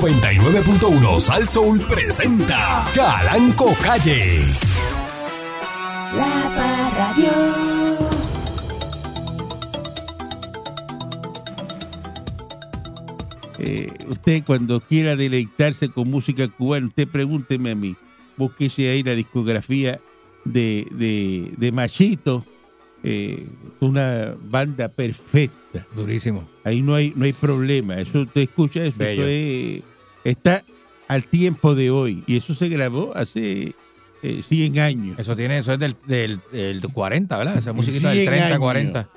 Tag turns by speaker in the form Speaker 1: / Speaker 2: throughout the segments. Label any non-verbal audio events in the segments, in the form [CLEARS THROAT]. Speaker 1: 99.1 Sal Soul presenta Calanco Calle.
Speaker 2: La Parradio.
Speaker 3: Eh, usted cuando quiera deleitarse con música cubana, usted pregúnteme a mí, búsquese ahí la discografía de, de, de Machito, eh, una banda perfecta.
Speaker 4: Durísimo.
Speaker 3: Ahí no hay, no hay problema. Eso te escucha, eso
Speaker 4: Bello.
Speaker 3: es- está al tiempo de hoy. Y eso se grabó hace eh, 100 años.
Speaker 4: Eso tiene, eso es del, del, del 40, ¿verdad? Esa musiquita del
Speaker 3: 100
Speaker 4: 30,
Speaker 3: años.
Speaker 4: 40.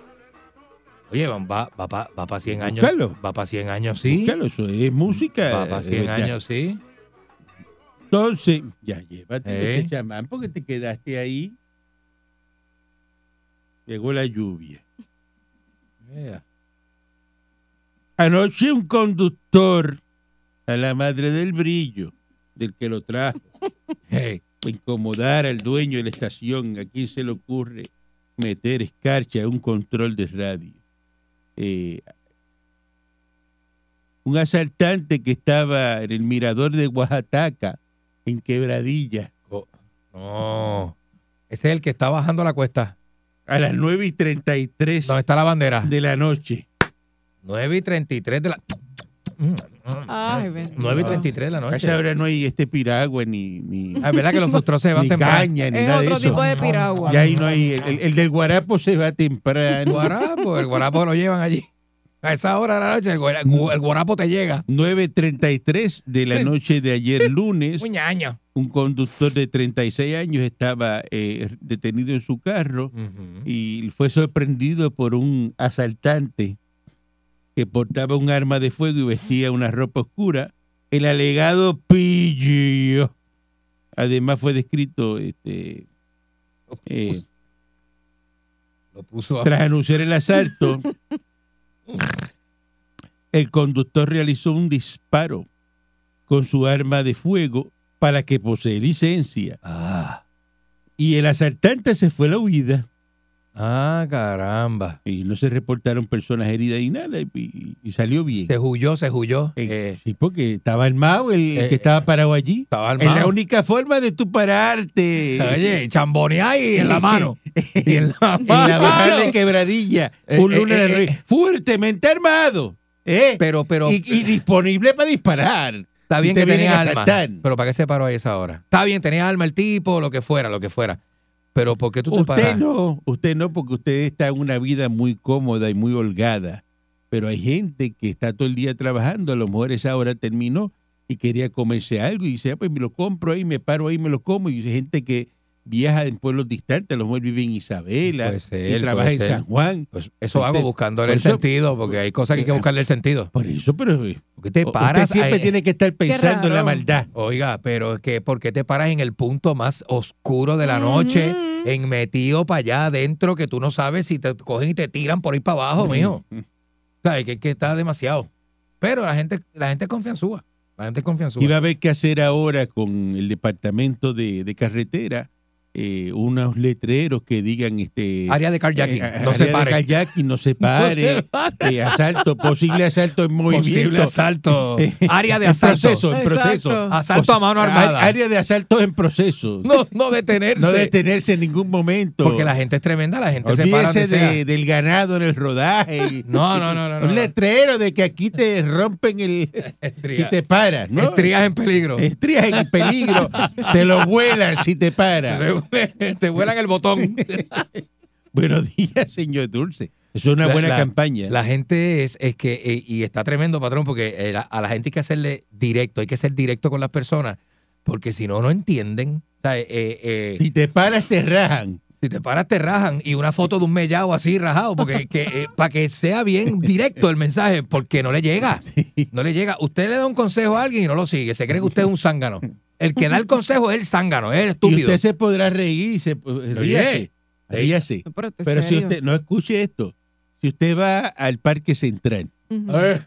Speaker 4: Oye, va, va, va, pa- va para 100 años.
Speaker 3: Búscalo.
Speaker 4: Va para 100 años, sí.
Speaker 3: Claro, eso es música.
Speaker 4: Va para
Speaker 3: de
Speaker 4: 100
Speaker 3: verdad.
Speaker 4: años, sí.
Speaker 3: Entonces, ya llévate
Speaker 4: Eh.
Speaker 3: este chamán porque te quedaste ahí. Llegó la lluvia.
Speaker 4: Mira.
Speaker 3: Anoche un conductor a la madre del brillo, del que lo trajo,
Speaker 4: Hey,
Speaker 3: para incomodar al dueño de la estación, a quien se le ocurre meter escarcha a un control de radio. Eh, un asaltante que estaba en el mirador de Oaxaca, en Quebradilla,
Speaker 4: co- No. Ese es el que está bajando la cuesta.
Speaker 3: a las 9 y
Speaker 4: ¿Dónde está la bandera?
Speaker 3: de la noche.
Speaker 4: 9 y 33 de la.
Speaker 5: Ay, bendito.
Speaker 4: 9 y 33 de la
Speaker 3: A
Speaker 4: noche.
Speaker 3: esa hora no hay este piragua ni, ni,
Speaker 4: Ah, es verdad que los frustros se van
Speaker 3: ni
Speaker 4: temprano.
Speaker 3: caña, ni
Speaker 5: Es
Speaker 3: nada de
Speaker 5: otro
Speaker 3: eso.
Speaker 5: tipo de piragua.
Speaker 3: Y ahí no hay. El, el- el del guarapo se va
Speaker 4: El [LAUGHS]
Speaker 3: temprano.
Speaker 4: guarapo, el guarapo lo llevan allí. A esa hora de la noche, el, guara- el guarapo te llega.
Speaker 3: 9.33 de la noche de ayer lunes,
Speaker 4: Muñaño.
Speaker 3: un conductor de 36 años estaba eh, detenido en su carro y fue sorprendido por un asaltante que portaba un arma de fuego y vestía una ropa oscura. El alegado pillo. Además fue descrito este, eh,
Speaker 4: Lo puso a-
Speaker 3: Tras anunciar el asalto, el conductor realizó un disparo con su arma de fuego para que posee licencia.
Speaker 4: Ah,
Speaker 3: Y el asaltante se fue a la huida.
Speaker 4: ah, caramba.
Speaker 3: Y no se reportaron personas heridas ni nada. Y, y- y salió bien.
Speaker 4: Se huyó, se huyó.
Speaker 3: Eh,
Speaker 4: Eh,
Speaker 3: sí, porque estaba armado el, el que
Speaker 4: eh,
Speaker 3: estaba parado allí.
Speaker 4: estaba
Speaker 3: Es la
Speaker 4: armado.
Speaker 3: única forma de tú pararte.
Speaker 4: Oye, y chamboneá y en la mano. y en la
Speaker 3: En la bajada
Speaker 4: mano.
Speaker 3: de quebradilla.
Speaker 4: Eh,
Speaker 3: un
Speaker 4: eh,
Speaker 3: lunes
Speaker 4: eh,
Speaker 3: de
Speaker 4: eh.
Speaker 3: re- fuertemente armado. ¿eh?
Speaker 4: Pero, pero,
Speaker 3: y, y disponible para disparar.
Speaker 4: está bien
Speaker 3: y te
Speaker 4: que
Speaker 3: vienen
Speaker 4: tenía
Speaker 3: a
Speaker 4: alma.
Speaker 3: asaltar.
Speaker 4: Pero ¿para qué se paró ahí a esa hora? Está bien, tenía alma el tipo, lo que fuera, lo que fuera. Pero ¿por qué tú te
Speaker 3: Usted
Speaker 4: paras?
Speaker 3: no, usted no, porque usted está en una vida muy cómoda y muy holgada. Pero hay gente que está todo el día trabajando, a lo mejor esa hora terminó y quería comerse algo y dice, ah, pues me lo compro ahí, me paro ahí, me lo como. Y hay gente que viaja en pueblos distantes, a lo mejor vive en Isabela
Speaker 4: Puede ser,
Speaker 3: y trabaja
Speaker 4: puede
Speaker 3: en
Speaker 4: ser.
Speaker 3: San Juan.
Speaker 4: Pues eso
Speaker 3: Usted-
Speaker 4: hago buscándole
Speaker 3: por
Speaker 4: el
Speaker 3: eso-
Speaker 4: sentido, porque hay cosas que hay que buscarle el sentido.
Speaker 3: Por eso, pero eh,
Speaker 4: ¿Por qué te
Speaker 3: u-
Speaker 4: paras? eh,
Speaker 3: usted siempre
Speaker 4: ahí?
Speaker 3: tiene que estar pensando en la
Speaker 5: raro.
Speaker 3: maldad.
Speaker 4: Oiga, pero es que ¿por qué te paras en el punto más oscuro de la noche,
Speaker 5: Ujú.
Speaker 4: en metido para allá adentro, que tú no sabes si te cogen y te tiran por ahí para abajo, mijo? ¿Sabes? Que, que está demasiado. Pero la gente, la gente es confianzúa. La gente es
Speaker 3: Y va
Speaker 4: confianzúa.
Speaker 3: a haber que hacer ahora con el departamento de, de carretera eh, unos letreros que digan este
Speaker 4: Área de carjacking.
Speaker 3: eh,
Speaker 4: no
Speaker 3: área
Speaker 4: se
Speaker 3: de
Speaker 4: pare. [LAUGHS]
Speaker 3: carjacking, no se pare, eh, asalto, posible asalto en movimiento.
Speaker 4: Posible
Speaker 3: [LAUGHS]
Speaker 4: asalto.
Speaker 3: Eh,
Speaker 4: Área de
Speaker 3: en
Speaker 4: asalto.
Speaker 3: proceso, en
Speaker 5: Exacto.
Speaker 3: proceso.
Speaker 4: Asalto a mano
Speaker 3: Posi-
Speaker 4: armada.
Speaker 3: á- Área de asalto en proceso. No,
Speaker 4: No, no detenerse.
Speaker 3: detenerse en ningún momento.
Speaker 4: porque la gente es tremenda, la gente se para.
Speaker 3: Olvídese
Speaker 4: donde sea.
Speaker 3: de- del ganado en el rodaje.
Speaker 4: No, no, no, no, no, no.
Speaker 3: Un letrero de que aquí te rompen el... y
Speaker 4: Estrías.
Speaker 3: te paras, ¿no?
Speaker 4: Estrías en peligro.
Speaker 3: Estrías en peligro, te lo vuelan si te
Speaker 4: [LAUGHS]
Speaker 3: paras.
Speaker 4: te vuelan el botón.
Speaker 3: Buenos días, señor Dulce. Eso es una
Speaker 4: La-
Speaker 3: buena
Speaker 4: la-
Speaker 3: campaña.
Speaker 4: La gente es, es que, eh, y está tremendo, patrón, porque eh, la- a la gente hay que hacerle directo, hay que ser directo con las personas, porque si no, no entienden. O sea, eh, eh,
Speaker 3: si te paras, te rajan.
Speaker 4: si te paras, te rajan y una foto de un mellado así rajado, porque que, eh, para que sea
Speaker 3: [LAUGHS]
Speaker 4: bien directo el mensaje, porque no le llega. No le llega. Usted le da un consejo a alguien y no lo sigue, se cree que usted es un zángano. El que da el consejo es el zángano, es el
Speaker 3: Y
Speaker 4: estúpido.
Speaker 3: usted se podrá reír, se, ríase, ríase.
Speaker 5: No, pero,
Speaker 3: Pero si usted, no escuche esto, si usted va al Parque Central,
Speaker 4: Eh,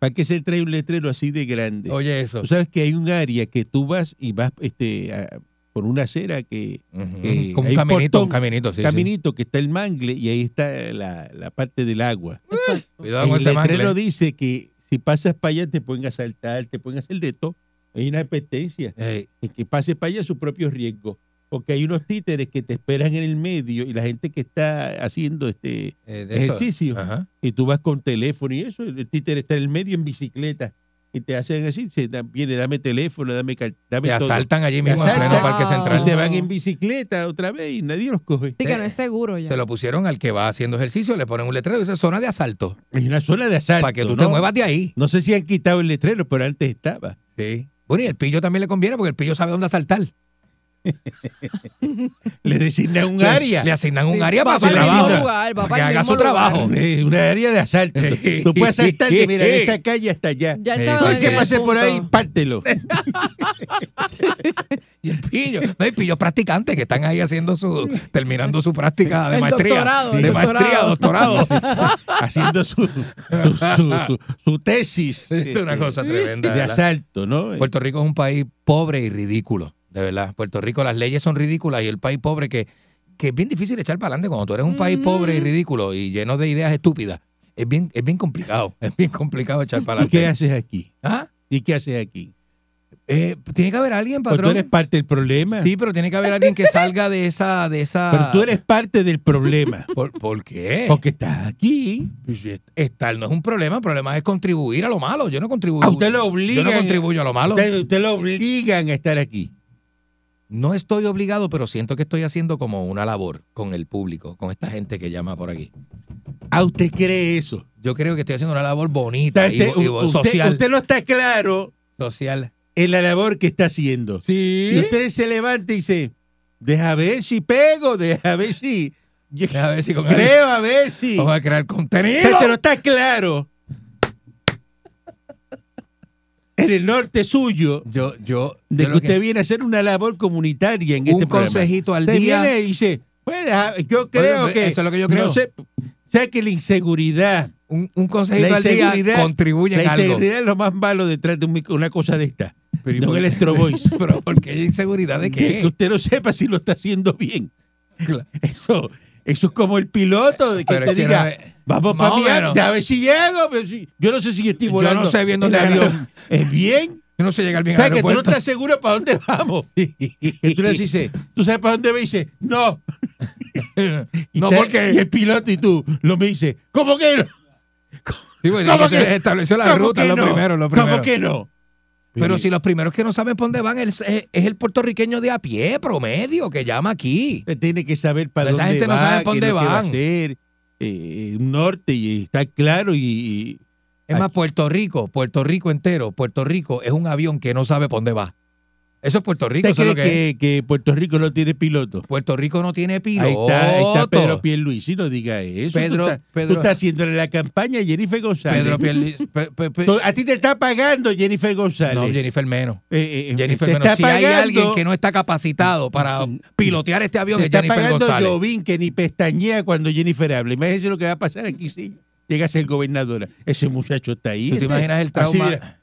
Speaker 3: Parque Central hay un letrero así de grande.
Speaker 4: Oye eso.
Speaker 3: Tú sabes que hay un área que tú vas y vas este, a- por una acera que
Speaker 4: Ujú.
Speaker 3: eh,
Speaker 4: Como
Speaker 3: hay
Speaker 4: un
Speaker 3: un
Speaker 4: caminito,
Speaker 3: portón,
Speaker 4: un caminito, sí, sí.
Speaker 3: caminito que está el mangle y ahí está la, la parte del agua.
Speaker 4: Cuidado con
Speaker 3: el
Speaker 4: ese
Speaker 3: letrero
Speaker 4: mangle.
Speaker 3: dice que si si pasas para allá te pueden asaltar, te pueden hacer de todo. Hay una competencia.
Speaker 4: Ey,
Speaker 3: El que pase para allá es su propio riesgo. Porque hay unos títeres que te esperan en el medio y la gente que está haciendo este
Speaker 4: eh, de eso.
Speaker 3: ejercicio,
Speaker 4: Ajá.
Speaker 3: y tú vas con teléfono y eso, el títere está en el medio en bicicleta y te hacen así, se da- viene, dame teléfono, dame, cal- dame
Speaker 4: Te
Speaker 3: todo.
Speaker 4: asaltan allí
Speaker 3: Te
Speaker 4: mismo en pleno
Speaker 5: asaltan.
Speaker 4: Parque
Speaker 3: Y
Speaker 4: Central.
Speaker 3: se van en bicicleta otra vez y nadie los coge.
Speaker 5: Así que no es seguro ya.
Speaker 4: Eh, Se lo pusieron al que va haciendo ejercicio, le ponen un letrero y dice zona de asalto.
Speaker 3: Es una zona de asalto.
Speaker 4: para que tú
Speaker 3: ¿no?
Speaker 4: te muevas de ahí.
Speaker 3: No sé si han quitado el letrero, pero antes estaba.
Speaker 4: Sí. Bueno, y el pillo también le conviene porque el pillo sabe dónde asaltar.
Speaker 3: Le designan un área.
Speaker 4: Le asignan un
Speaker 5: Sí,
Speaker 4: área para
Speaker 5: va
Speaker 4: su
Speaker 5: para el mismo
Speaker 4: trabajo.
Speaker 5: lugar, va
Speaker 4: para que
Speaker 5: para el
Speaker 4: haga
Speaker 5: mismo
Speaker 4: su
Speaker 5: lugar.
Speaker 4: trabajo.
Speaker 3: Eh, Una área de asalto. Tú puedes saltarte, mira, de esa calle hasta allá.
Speaker 5: Ya él
Speaker 4: Eh, soy
Speaker 5: sabe
Speaker 3: Todo el
Speaker 5: dónde
Speaker 3: que
Speaker 5: viene el
Speaker 3: pase por ahí,
Speaker 5: punto.
Speaker 3: pártelo.
Speaker 4: Y el pillo. No hay pillos practicantes que están ahí haciendo su, terminando su práctica de
Speaker 5: El
Speaker 4: maestría.
Speaker 5: doctorado, el
Speaker 4: de maestría, doctorado.
Speaker 5: [LAUGHS]
Speaker 3: Haciendo su, su, su- su- su tesis
Speaker 4: Es una cosa tremenda.
Speaker 3: de
Speaker 4: ¿verdad?
Speaker 3: asalto, ¿no?
Speaker 4: Puerto Rico es un país pobre y ridículo, de verdad. Puerto Rico, las leyes son ridículas y el país pobre que, que es bien difícil echar para adelante cuando tú eres un país pobre y ridículo y lleno de ideas estúpidas. Es bien, es bien complicado, [LAUGHS] es bien complicado echar para
Speaker 3: ¿Y qué
Speaker 4: adelante.
Speaker 3: haces aquí?
Speaker 4: ¿Ah?
Speaker 3: ¿Y qué haces aquí?
Speaker 4: Eh, tiene que haber alguien,
Speaker 3: Porque Pues tú eres
Speaker 4: patrón.
Speaker 3: parte del problema.
Speaker 4: Sí, pero tiene que haber alguien que salga de esa, de esa.
Speaker 3: Pero tú eres parte del
Speaker 4: [LAUGHS]
Speaker 3: problema.
Speaker 4: ¿Por, por qué?
Speaker 3: Porque estás aquí.
Speaker 4: Pues Estar no es un problema, el problema es contribuir a lo malo. Yo no contribuyo.
Speaker 3: A usted lo
Speaker 4: Yo
Speaker 3: obligan.
Speaker 4: no contribuyo a lo malo.
Speaker 3: Usted, usted lo obligan a estar aquí.
Speaker 4: No estoy obligado, pero siento que estoy haciendo como una labor con el público, con esta gente que llama por aquí.
Speaker 3: Ah, usted cree eso.
Speaker 4: Yo creo que estoy haciendo una labor bonita
Speaker 3: Está-
Speaker 4: y,
Speaker 3: usted,
Speaker 4: bo- y bo-
Speaker 3: Este, usted-
Speaker 4: social.
Speaker 3: usted no está claro
Speaker 4: social.
Speaker 3: en la labor que está haciendo. Y
Speaker 4: Sí.
Speaker 3: usted se levanta y dice, deja ver si pego, deja ver si
Speaker 4: A ver si con
Speaker 3: creo, a ver si.
Speaker 4: vamos a crear contenido.
Speaker 3: Usted no está claro. En el norte suyo,
Speaker 4: Yo, yo,
Speaker 3: de
Speaker 4: yo
Speaker 3: que
Speaker 4: lo
Speaker 3: usted viene a hacer una labor comunitaria en
Speaker 4: un
Speaker 3: este programa.
Speaker 4: consejito al
Speaker 3: Usted
Speaker 4: día.
Speaker 3: viene y dice, pues, deja- yo creo
Speaker 4: Bueno,
Speaker 3: que...
Speaker 4: eso es lo que yo creo.
Speaker 3: No sé, sé que la inseguridad,
Speaker 4: un, un consejito
Speaker 3: la
Speaker 4: al día
Speaker 3: inseguridad-
Speaker 4: contribuye en
Speaker 3: la
Speaker 4: algo.
Speaker 3: inseguridad es lo más malo detrás de un mic- una cosa de esta.
Speaker 4: Pero ¿y
Speaker 3: de un
Speaker 4: por-
Speaker 3: electro
Speaker 4: [LAUGHS]
Speaker 3: voice.
Speaker 4: Pero porque hay inseguridad de
Speaker 3: que, que
Speaker 4: qué?
Speaker 3: usted no sepa si lo está haciendo bien.
Speaker 4: Claro.
Speaker 3: Eso, eso es como el piloto de que
Speaker 4: Pero
Speaker 3: te
Speaker 4: es que
Speaker 3: diga,
Speaker 4: no es-
Speaker 3: vamos
Speaker 4: más
Speaker 3: para
Speaker 4: o
Speaker 3: Miami,
Speaker 4: menos.
Speaker 3: a ver si llego. pero si- yo no sé si yo estoy
Speaker 4: Yo
Speaker 3: volando.
Speaker 4: no sé bien dónde
Speaker 3: el
Speaker 4: llegar.
Speaker 3: avión. Es bien.
Speaker 4: Yo no sé llegar bien al
Speaker 3: ¿Sabes que tú no
Speaker 4: aeropuerto.
Speaker 3: estás seguro para dónde vamos? Y tú le dices, ¿tú sabes para dónde me dice? No.
Speaker 4: [LAUGHS]
Speaker 3: Y
Speaker 4: no,
Speaker 3: te-
Speaker 4: porque
Speaker 3: Y el piloto y tú lo me dice, ¿cómo que no?
Speaker 4: Sí, pues,
Speaker 3: ¿Cómo
Speaker 4: que
Speaker 3: que-
Speaker 4: te estableció la
Speaker 3: ¿Cómo
Speaker 4: ruta,
Speaker 3: que
Speaker 4: es lo
Speaker 3: no?
Speaker 4: primero, lo
Speaker 3: ¿Cómo
Speaker 4: primero.
Speaker 3: que no?
Speaker 4: Pero si los primeros que no saben por dónde van es, es- es el puertorriqueño de a pie, promedio, que llama aquí.
Speaker 3: Usted tiene que saber para
Speaker 4: Esa
Speaker 3: dónde
Speaker 4: gente no
Speaker 3: va,
Speaker 4: sabe pa'
Speaker 3: qué es
Speaker 4: dónde
Speaker 3: lo que va a
Speaker 4: van.
Speaker 3: hacer, eh, un norte y está claro y- y
Speaker 4: Es más, Puerto Rico, Puerto Rico entero, Puerto Rico es un avión que no sabe por dónde va. Eso es Puerto Rico,
Speaker 3: ¿Usted
Speaker 4: eso es
Speaker 3: cree
Speaker 4: lo que es.
Speaker 3: que, que Puerto Rico no tiene piloto?
Speaker 4: Puerto Rico no tiene piloto.
Speaker 3: Ahí está, ahí está Pedro Pierluisi, no diga eso.
Speaker 4: Pedro-
Speaker 3: tú, estás,
Speaker 4: Pedro-
Speaker 3: tú estás haciéndole la campaña a Jennifer González. [LAUGHS]
Speaker 4: Pedro Pierluisi- Pe- Pe- Pe-
Speaker 3: Tú- a ti te está pagando Jennifer González.
Speaker 4: No, Jennifer menos.
Speaker 3: Eh, eh,
Speaker 4: Jennifer
Speaker 3: te
Speaker 4: menos.
Speaker 3: está
Speaker 4: Si hay
Speaker 3: pagando-
Speaker 4: alguien que no está capacitado para pilotear este avión
Speaker 3: te
Speaker 4: es
Speaker 3: está
Speaker 4: Jennifer
Speaker 3: pagando
Speaker 4: González.
Speaker 3: Jovín que ni pestañea cuando Jennifer habla. Imagínese lo que va a pasar aquí si llega a ser gobernadora. Ese muchacho está ahí.
Speaker 4: ¿Tú te
Speaker 3: está-
Speaker 4: imaginas el
Speaker 3: así,
Speaker 4: trauma?
Speaker 3: mira,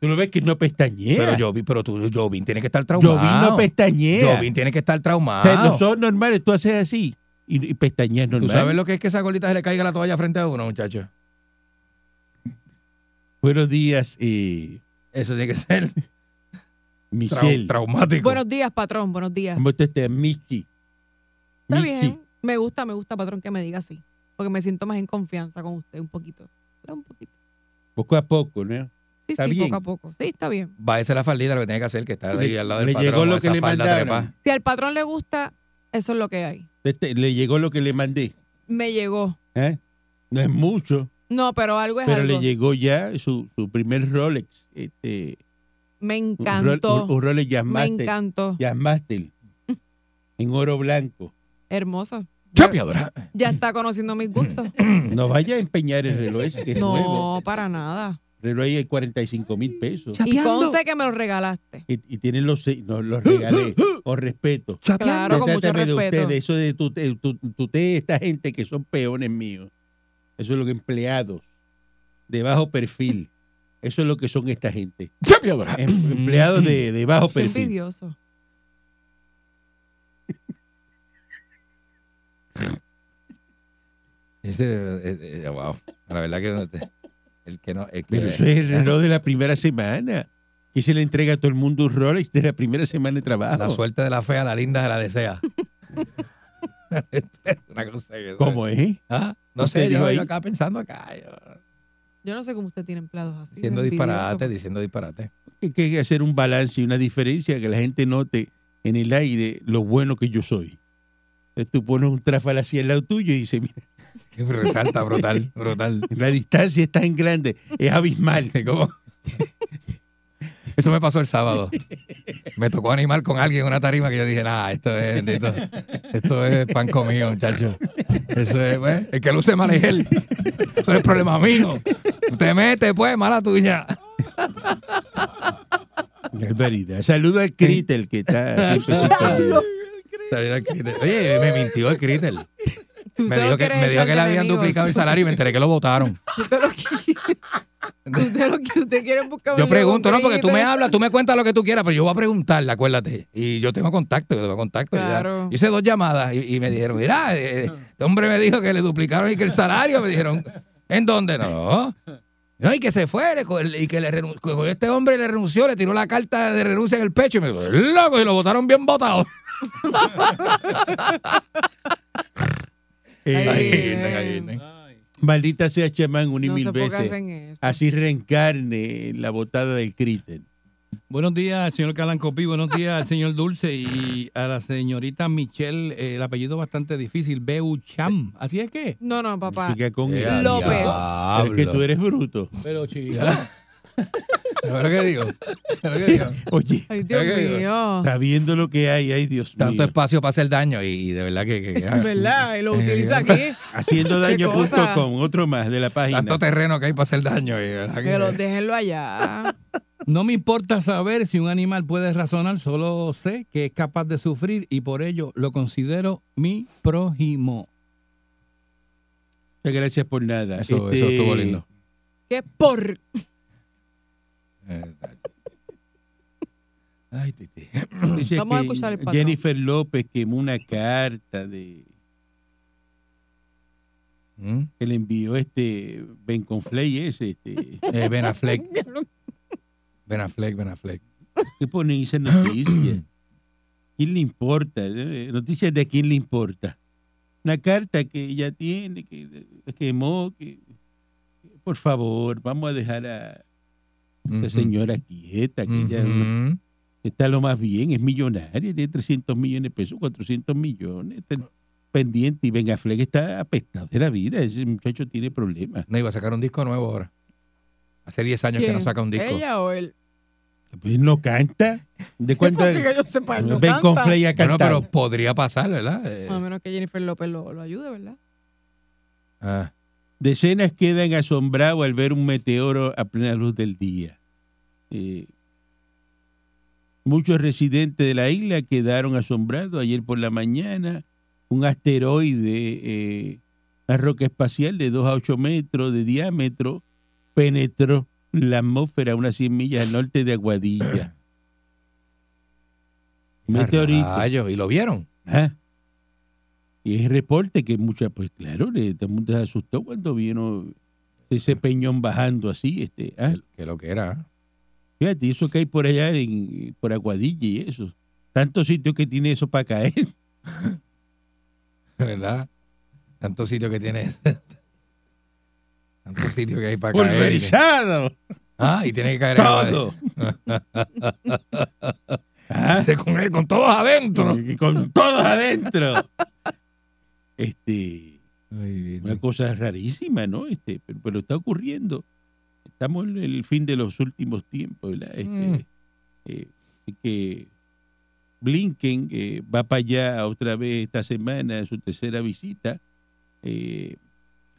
Speaker 3: tú lo ves que no pestañea.
Speaker 4: Pero Jovin, pero tú, Jovin tiene que estar traumado.
Speaker 3: Jovín no pestañea.
Speaker 4: Jovin tiene que estar
Speaker 3: O sea,
Speaker 4: traumado.
Speaker 3: no son normales, tú haces así y, y pestañeas normal.
Speaker 4: Ah. ¿Tú sabes lo que es que esa golita se le caiga la toalla frente a uno, muchacho?
Speaker 3: Buenos días, eh,
Speaker 4: Eso tiene que
Speaker 3: [LAUGHS]
Speaker 4: ser trau-
Speaker 3: Michelle.
Speaker 4: traumático.
Speaker 5: Buenos días, patrón, buenos días.
Speaker 3: ¿Cómo tú estás, Michi?
Speaker 5: Está
Speaker 3: Michi.
Speaker 5: bien. Me gusta, me gusta, patrón, que me diga así. Porque me siento más en confianza con usted un poquito. Un poquito.
Speaker 3: Poco a poco, ¿no?
Speaker 5: Sí,
Speaker 3: Está
Speaker 5: sí,
Speaker 3: bien.
Speaker 5: poco a poco. Sí, está bien.
Speaker 4: Va a hacer la faldita lo que tiene que hacer, que está ahí
Speaker 3: Le-
Speaker 4: al lado del
Speaker 3: le
Speaker 4: patrón.
Speaker 3: llegó
Speaker 4: con
Speaker 3: lo
Speaker 4: esa
Speaker 3: que le
Speaker 4: falda
Speaker 3: mandaron.
Speaker 4: trepa.
Speaker 5: Si al patrón le gusta, eso es lo que hay.
Speaker 3: Este, le llegó lo que le mandé.
Speaker 5: Me llegó.
Speaker 3: ¿eh? No es mucho,
Speaker 5: No, pero algo es
Speaker 3: pero
Speaker 5: Pues algo.
Speaker 3: le llegó ya su, su primer Rolex. Este,
Speaker 5: Me
Speaker 3: un, Ro-
Speaker 5: encantó.
Speaker 3: un- un Rolex
Speaker 5: me
Speaker 3: Yamaster.
Speaker 5: encantó.
Speaker 3: Yamaster, En oro blanco.
Speaker 5: Hermoso. Ya,
Speaker 4: Chapeadora.
Speaker 5: ya está conociendo mis
Speaker 4: [LAUGHS]
Speaker 5: gustos.
Speaker 3: No vaya a empeñar el reloj ese, que es nuevo.
Speaker 5: [LAUGHS] no, para nada.
Speaker 3: El reloj ahí es 45 mil pesos.
Speaker 5: Y conste que me lo regalaste.
Speaker 3: Y, y tienen los se- no, los
Speaker 5: [LAUGHS]
Speaker 3: regalé con respeto.
Speaker 5: Claro, con mucho
Speaker 3: Trátame de
Speaker 5: respeto.
Speaker 3: ustedes, eso de tu, eh, tu- tu- de esta gente que son peones míos. Eso es lo que empleados de bajo perfil. Eso es lo que son esta gente.
Speaker 4: Chapeadora.
Speaker 3: Em- empleados de, de bajo
Speaker 5: Qué
Speaker 3: perfil.
Speaker 5: envidioso.
Speaker 4: Ese, eh, eh, wow. La verdad que no te- El que no, el que-
Speaker 3: Pero eso es el reloj de la primera semana. Y se le entrega a todo el mundo un Rolex de la primera semana de
Speaker 4: La
Speaker 3: trabajo.
Speaker 4: suerte de la fea, la linda se la desea. Una cosa que-
Speaker 3: ¿Cómo es?
Speaker 4: Ah, No
Speaker 3: ¿Usted
Speaker 4: sé, yo,
Speaker 3: dijo ahí?
Speaker 4: yo acá pensando acá, yo-
Speaker 5: Yo no sé cómo usted tiene empleados así. de
Speaker 4: diciendo
Speaker 5: envidiosos.
Speaker 4: disparate, diciendo disparate.
Speaker 3: Hay que hacer un balance y una diferencia que la gente note en el aire lo bueno que yo soy. Entonces tú pones un tráfala así al lado tuyo y dices, mira,
Speaker 4: Resalta, brutal, brutal.
Speaker 3: la distancia es tan grande, es [LAUGHS] abismal.
Speaker 4: ¿Cómo? Eso me pasó el sábado. Me tocó animar con alguien en una tarima que yo dije, nah, esto es, bendito, esto es pan comido, muchacho. Eso es, pues, el que luce mal es él. Eso no es problema mío. Te metes, pues, mala tuya.
Speaker 3: Barbaridad. Saludo al Critel que [LAUGHS] está siempre sintonizado.
Speaker 4: Oye, me mintió el critter.
Speaker 5: Tú
Speaker 4: Me
Speaker 5: te lo
Speaker 4: dijo que,
Speaker 5: quieres
Speaker 4: me dijo
Speaker 5: echar
Speaker 4: que
Speaker 5: de
Speaker 4: le habían
Speaker 5: enemigo.
Speaker 4: duplicado el salario y me enteré que lo votaron.
Speaker 5: Tú te lo quieres. [LAUGHS] Usted lo que usted quiere buscar un
Speaker 4: Yo
Speaker 5: lío con
Speaker 4: pregunto, no, porque tú me
Speaker 5: Critter.
Speaker 4: hablas, tú me cuentas lo que tú quieras, pero yo voy a preguntarle, acuérdate. Y yo tengo contacto, yo tengo contacto. yo ya-
Speaker 5: Claro.
Speaker 4: Yo hice dos llamadas y, y me dijeron, mira, eh, este hombre me dijo que le duplicaron y que el salario, me dijeron, ¿en dónde? No. No, y que se fuere, co- y que le renun- co- este hombre le renunció, le tiró la carta de renuncia en el pecho y me dijo, loco, y lo votaron bien [LAUGHS] votado.
Speaker 3: Eh,
Speaker 5: Ay,
Speaker 3: maldita sea chamán una y
Speaker 5: No
Speaker 3: mil
Speaker 5: se
Speaker 3: veces.
Speaker 5: pongas en eso.
Speaker 3: Así reencarne la botada del Critel.
Speaker 6: Buenos días al señor Calancopí, buenos días al señor Dulce y a la señorita Michelle, eh, el apellido bastante difícil, Beucham. ¿Así es que?
Speaker 5: No, no, papá.
Speaker 3: Chica con
Speaker 4: Eh,
Speaker 3: él.
Speaker 5: López.
Speaker 3: Pero es que tú
Speaker 4: diablo.
Speaker 3: eres bruto.
Speaker 6: Pero chico.
Speaker 4: ¿Sabes lo que digo? ¿Sabes lo que digo?
Speaker 3: Oye,
Speaker 5: Ay, Dios
Speaker 4: Oiga, oiga.
Speaker 5: mío.
Speaker 3: está viendo lo que hay, ay Dios mío.
Speaker 4: Tanto espacio para hacer daño y, y [LAUGHS] de verdad que... que- que-
Speaker 5: ¿Verdad? Y lo
Speaker 4: Eh,
Speaker 5: utiliza aquí. [LAUGHS]
Speaker 3: Haciendo
Speaker 5: cosa.
Speaker 3: daño.com, otro más de la página.
Speaker 4: ah, Tanto terreno que hay para hacer daño. y de verdad que-
Speaker 5: Que lo déjenlo allá.
Speaker 6: [LAUGHS] No me importa saber si un animal puede razonar, solo sé que es capaz de sufrir y por ello lo considero mi prójimo.
Speaker 3: Muchas gracias por nada.
Speaker 4: Eso, eso
Speaker 3: Este,
Speaker 4: estuvo lindo.
Speaker 5: Qué por.
Speaker 4: Eh, [LAUGHS] Ay, Titi.
Speaker 3: [CLEARS THROAT] dice
Speaker 5: Vamos a
Speaker 3: que
Speaker 5: escuchar al patrón.
Speaker 3: Jennifer López quemó una carta de
Speaker 4: ¿Mm?
Speaker 3: que le envió este Ben Conflay ese.
Speaker 5: [LAUGHS]
Speaker 3: Este,
Speaker 4: Eh, ben Affleck. Ben Affleck, Ben Affleck.
Speaker 3: ¿Qué ponen esas noticias? ¿Quién le importa? Eh, Noticias de quién le importa. Una carta que ella tiene, que la quemó, que... Por favor, vamos a dejar a
Speaker 4: Ujú.
Speaker 3: esta señora quieta, que ella es una
Speaker 4: Ujú.
Speaker 3: Está lo más bien, es millonaria, tiene 300 millones de pesos, 400 millones, está pendiente. Y venga, Fleck está apestado de la vida, ese muchacho tiene problemas.
Speaker 4: No, iba a sacar un disco nuevo ahora. Hace 10 años que no
Speaker 5: ¿Quién?
Speaker 4: saca un disco.
Speaker 5: Ella o él.
Speaker 3: Pues no canta. ¿De cuánto
Speaker 5: Porque
Speaker 3: es?
Speaker 5: que yo sepa, él no
Speaker 3: Ben
Speaker 5: canta.
Speaker 3: Conflay ha
Speaker 4: Bueno,
Speaker 3: cantado.
Speaker 4: pero podría pasar, ¿verdad? Eh,
Speaker 5: A menos que Jennifer López lo, lo ayude, ¿verdad?
Speaker 4: ah,
Speaker 3: Decenas quedan asombrados al ver un meteoro a plena luz del día. Eh, muchos residentes de la isla quedaron asombrados ayer por la mañana. Un asteroide, eh, una roca espacial de 2 a 8 metros de diámetro, penetró la atmósfera a unas 100 millas al norte de Aguadilla. Meteorito.
Speaker 4: rayos, ¿Y lo vieron?
Speaker 3: Ah. Y es reporte que muchas, pues claro, le, todo el mundo se asustó cuando vino ese peñón bajando así. este ah.
Speaker 4: Que lo que era. [LAUGHS]
Speaker 3: Fíjate, eso que hay por allá, en, por Aguadilla y eso. Tantos sitios que tiene eso para caer.
Speaker 4: ¿Verdad? Tanto sitio que tiene. Tanto sitio que hay para caer. y-
Speaker 3: Pulverizado.
Speaker 4: Ah, y tiene que caer. en la- [LAUGHS]
Speaker 3: Todo. Ah,
Speaker 4: Se [LAUGHS] con, con todos adentro.
Speaker 3: y Con todos adentro. Este, una cosa rarísima, ¿no? Este, pero, pero está ocurriendo. Estamos en el fin de los últimos tiempos, ¿verdad? Este,
Speaker 4: Mm.
Speaker 3: eh, así que Blinken eh, va para allá otra vez esta semana en su tercera visita. Eh,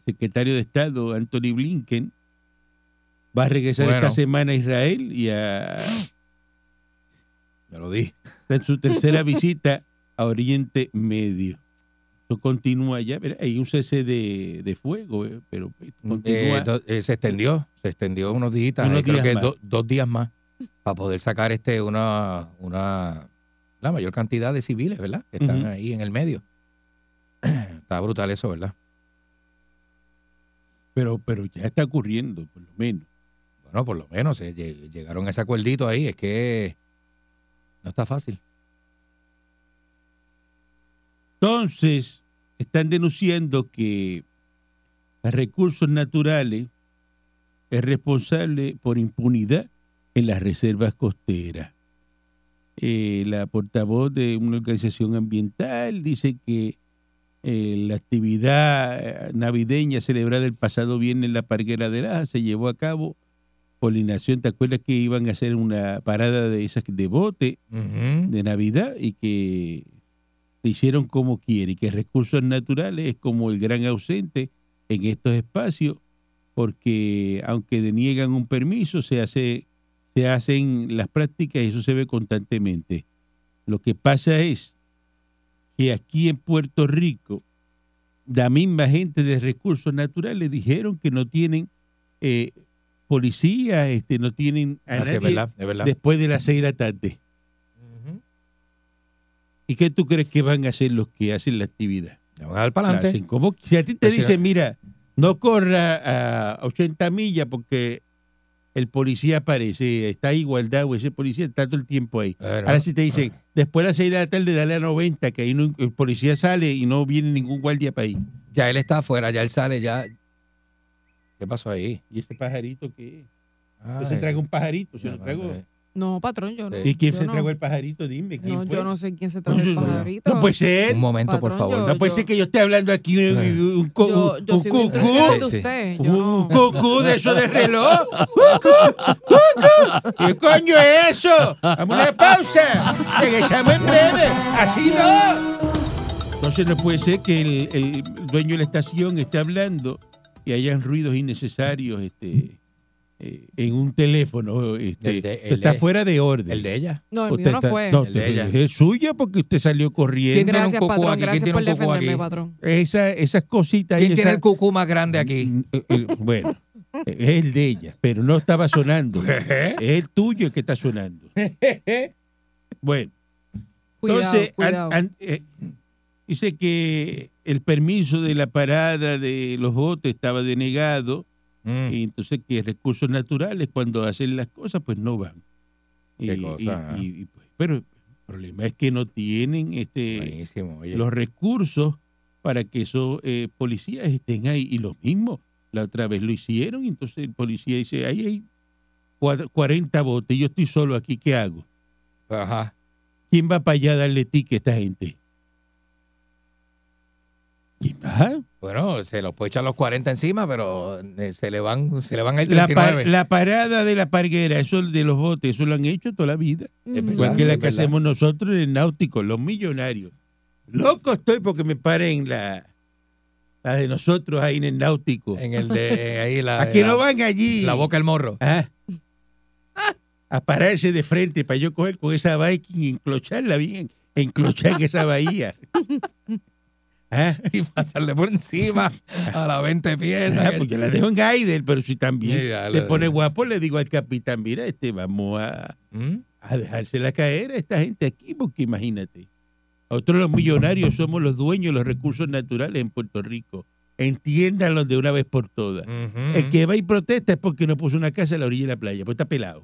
Speaker 3: secretario de Estado Anthony Blinken va a regresar
Speaker 4: Bueno.
Speaker 3: esta semana a Israel y a,
Speaker 4: Me lo di.
Speaker 3: está en su tercera visita a Oriente Medio. Esto continúa ya, verá, hay un cese de, de fuego, eh, pero esto
Speaker 4: Eh,
Speaker 3: continúa.
Speaker 4: do- eh, se extendió, se extendió unos días,
Speaker 3: Unos
Speaker 4: eh, creo
Speaker 3: días
Speaker 4: que
Speaker 3: más.
Speaker 4: do- dos días más, para poder sacar este una, una la mayor cantidad de civiles, ¿verdad? Que están [CLEARS THROAT]
Speaker 3: Ujú.
Speaker 4: ahí en el medio. Está brutal eso, ¿verdad?
Speaker 3: Pero, pero ya está ocurriendo, por lo menos.
Speaker 4: Bueno, por lo menos eh, lle- llegaron a ese acuerdito ahí. Es que no está fácil.
Speaker 3: Entonces, están denunciando que recursos naturales es responsable por impunidad en las reservas costeras. Eh, la portavoz de una organización ambiental dice que eh, la actividad eh, navideña celebrada el pasado viernes en la Parguera de Laja se llevó a cabo por la inacción. ¿Te acuerdas que iban a hacer una parada de esas de bote
Speaker 4: Ujú.
Speaker 3: de Navidad y que le hicieron como quiere y que recursos naturales es como el gran ausente en estos espacios porque aunque deniegan un permiso se hace se hacen las prácticas y eso se ve constantemente. Lo que pasa es que aquí en Puerto Rico la misma gente de recursos naturales dijeron que no tienen eh, policía, este, no tienen a
Speaker 4: Así es
Speaker 3: nadie
Speaker 4: verdad, es verdad.
Speaker 3: después de las seis de la tarde.
Speaker 4: Ujú.
Speaker 3: ¿Y qué tú crees que van a hacer los que hacen la actividad?
Speaker 4: Le van a dar para
Speaker 3: La
Speaker 4: adelante.
Speaker 3: hacen como- si a ti te
Speaker 4: Pues si
Speaker 3: dicen, mira, no corra a 80 millas porque el policía aparece, está a igualdad o ese policía está todo el tiempo ahí.
Speaker 4: Bueno,
Speaker 3: Ahora si te dicen,
Speaker 4: ah.
Speaker 3: después de las 6 de la tarde dale a 90, que ahí no- el policía sale y no viene ningún guardia para ahí.
Speaker 4: Ya él está afuera, ya él sale, ya. ¿Qué pasó ahí?
Speaker 3: ¿Y ese pajarito qué es?
Speaker 4: Ay,
Speaker 3: Yo se trago un pajarito, se
Speaker 4: ya,
Speaker 3: lo trago.
Speaker 4: madre.
Speaker 5: No, patrón, yo no.
Speaker 4: Sí.
Speaker 3: ¿Y quién
Speaker 5: yo
Speaker 3: se
Speaker 5: no.
Speaker 3: tragó el pajarito? Dime. ¿quién
Speaker 5: No,
Speaker 3: fue?
Speaker 5: yo no sé quién se trajo el pajarito.
Speaker 3: No puede ser.
Speaker 4: Un momento, por
Speaker 5: Patrón,
Speaker 4: favor.
Speaker 5: yo-
Speaker 3: No puede ser que yo esté hablando aquí un, un, un co-
Speaker 5: Yo, yo
Speaker 3: un
Speaker 5: sigo
Speaker 3: cucú.
Speaker 5: introduciendo de
Speaker 4: Sí, sí.
Speaker 5: usted. Yo
Speaker 3: Un
Speaker 5: no.
Speaker 3: cucú de eso de reloj. ¡Cucú! ¡Cucú! ¿Qué coño es eso? Vamos a una pausa. Regresamos en breve. Así no. Entonces no puede ser que el, el dueño de la estación esté hablando y hayan ruidos innecesarios este, eh, en un teléfono. Este,
Speaker 4: El de-
Speaker 3: Esto está
Speaker 4: el de-
Speaker 3: fuera de orden.
Speaker 4: El de ella.
Speaker 5: No, el
Speaker 3: Usted
Speaker 5: mío no
Speaker 3: está-
Speaker 5: fue.
Speaker 3: no,
Speaker 4: El de ella.
Speaker 3: es suya porque usted salió corriendo.
Speaker 4: ¿Quién tiene un
Speaker 5: Gracias,
Speaker 4: cucú
Speaker 5: patrón.
Speaker 4: aquí? ¿Quién
Speaker 5: Gracias
Speaker 4: tiene
Speaker 5: por
Speaker 4: un cucú
Speaker 5: defenderme,
Speaker 4: aquí?
Speaker 5: patrón.
Speaker 3: Esa- esas cositas. y
Speaker 4: ¿Quién tiene
Speaker 3: esas-
Speaker 4: el cucú más grande aquí?
Speaker 3: Mm, eh, eh, Bueno, eh, es el de ella, pero no estaba sonando.
Speaker 4: [LAUGHS]
Speaker 3: Es el tuyo el que está sonando. Bueno,
Speaker 5: Cuidado,
Speaker 3: entonces, an-
Speaker 5: cuidado.
Speaker 3: an- eh, dice que el permiso de la parada de los botes estaba denegado
Speaker 4: Mm.
Speaker 3: y entonces que recursos naturales cuando hacen las cosas pues no van. Y,
Speaker 4: Qué cosa, ¿eh?
Speaker 3: y- y- y, pues, pero el problema es que no tienen este
Speaker 4: Buenísimo, oye.
Speaker 3: los recursos para que esos eh, policías estén ahí. Y los mismos, la otra vez lo hicieron, y entonces el policía dice, ahí hay cuad- 40 botes, yo estoy solo aquí, ¿qué hago?
Speaker 4: Ajá.
Speaker 3: ¿Quién va para allá a darle tique a esta gente? ¿Quién va?
Speaker 4: Bueno, se los puede echar los 40 encima, pero eh, se le van, se le van a ir
Speaker 3: La, par-
Speaker 4: 39.
Speaker 3: la parada de la parguera, eso de los botes, eso lo han hecho toda la vida.
Speaker 5: Mm.
Speaker 4: verdad.
Speaker 3: Igual que la
Speaker 4: es
Speaker 3: que hacemos nosotros en el náutico, los millonarios. Loco estoy porque me paren la, la de nosotros ahí en el náutico.
Speaker 4: En el de eh, ahí la,
Speaker 3: ¿A qué
Speaker 4: la,
Speaker 3: no van allí?
Speaker 4: la boca del morro.
Speaker 3: Ah. A pararse de frente para yo coger con esa Viking y enclocharla bien, enclochar en esa
Speaker 4: [LAUGHS]
Speaker 3: bahía. Ah,
Speaker 4: [LAUGHS] Y pasarle por encima a la 20
Speaker 3: ah,
Speaker 4: piezas. [LAUGHS] que-
Speaker 3: pues yo la dejo en Gaider, pero si también
Speaker 4: Sí, dale,
Speaker 3: le
Speaker 4: dale.
Speaker 3: pone guapo, le digo al capitán, mira, este, vamos a,
Speaker 4: ¿Mm?
Speaker 3: a dejársela caer a esta gente aquí, porque imagínate. Nosotros los millonarios somos los dueños de los recursos naturales en Puerto Rico. Entiéndanlo de una vez por todas.
Speaker 4: Ujú.
Speaker 3: El que va y protesta es porque no puso una casa a la orilla de la playa, pues está pelado.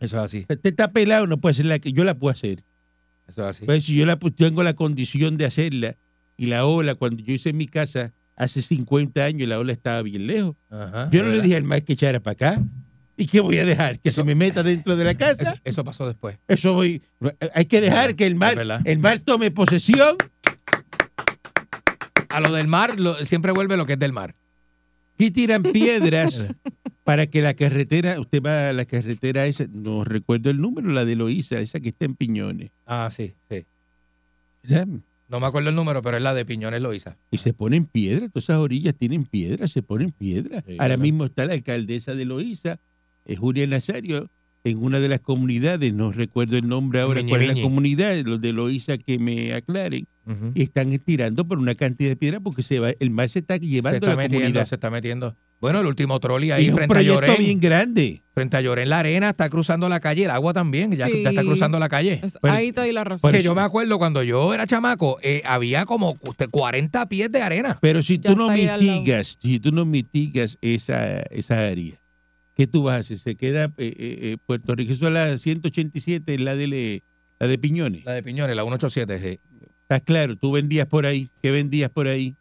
Speaker 4: Eso es así.
Speaker 3: Usted está pelado, no puede hacer la que yo la puedo hacer.
Speaker 4: Eso es así.
Speaker 3: Pues si yo la pu- tengo la condición de hacerla y la ola, cuando yo hice en mi casa hace 50 años, la ola estaba bien lejos.
Speaker 4: Ajá,
Speaker 3: Ah, Yo no le
Speaker 4: ¿verdad?
Speaker 3: dije al mar que echara para acá. ¿Y qué voy a dejar? ¿Que se me meta dentro
Speaker 4: [LAUGHS]
Speaker 3: de la
Speaker 4: Eso,
Speaker 3: casa?
Speaker 4: eso pasó después.
Speaker 3: Eso voy. Hay que dejar que el
Speaker 4: Es verdad.
Speaker 3: mar, el mar tome posesión.
Speaker 4: A lo del mar lo- siempre vuelve lo que es del mar.
Speaker 3: y
Speaker 4: [LAUGHS]
Speaker 3: tiran piedras para que la carretera, usted va a la carretera esa, no recuerdo el número, la de Loíza, esa que está en Piñones.
Speaker 4: Ah, sí, sí.
Speaker 3: ¿verdad?
Speaker 4: No me acuerdo el número, pero es la de Piñones Loiza.
Speaker 3: Y se ponen piedras, todas esas orillas tienen piedras, se ponen piedras.
Speaker 4: Sí,
Speaker 3: Ahora
Speaker 4: claro.
Speaker 3: mismo está la alcaldesa de Loíza, eh, Julia Nazario, en una de las comunidades, no recuerdo el nombre ahora,
Speaker 4: Miñi,
Speaker 3: cuál es la
Speaker 4: Miñi.
Speaker 3: comunidad, los de Loíza que me aclaren, y están tirando por una cantidad de piedras porque se va, el mar se está
Speaker 4: Se
Speaker 3: llevando
Speaker 4: está
Speaker 3: la
Speaker 4: metiendo,
Speaker 3: comunidad.
Speaker 4: se está metiendo. Bueno, el último trolley
Speaker 3: Y
Speaker 4: ahí
Speaker 3: es un
Speaker 4: frente a
Speaker 3: proyecto
Speaker 4: Llorén.
Speaker 3: bien grande.
Speaker 4: Frente a Llorén, la arena está cruzando la calle, el agua también, ya,
Speaker 5: Sí.
Speaker 4: ya está cruzando la calle.
Speaker 5: Es-
Speaker 3: Pero-
Speaker 5: ahí te doy la razón.
Speaker 3: pero
Speaker 4: que pues, yo me acuerdo cuando yo era chamaco, eh, había como usted 40 pies de arena.
Speaker 3: Pero si
Speaker 5: Ya
Speaker 3: tú no
Speaker 5: está ahí al lado.
Speaker 3: mitigas, si tú no mitigas esa, esa área, ¿qué tú vas a hacer? Se queda eh, eh, eh, Puerto Rico, eso es la 187, la de, le- la de Piñones.
Speaker 4: La de Piñones, la 187, sí.
Speaker 3: Estás claro, tú vendías por ahí, ¿qué vendías por ahí?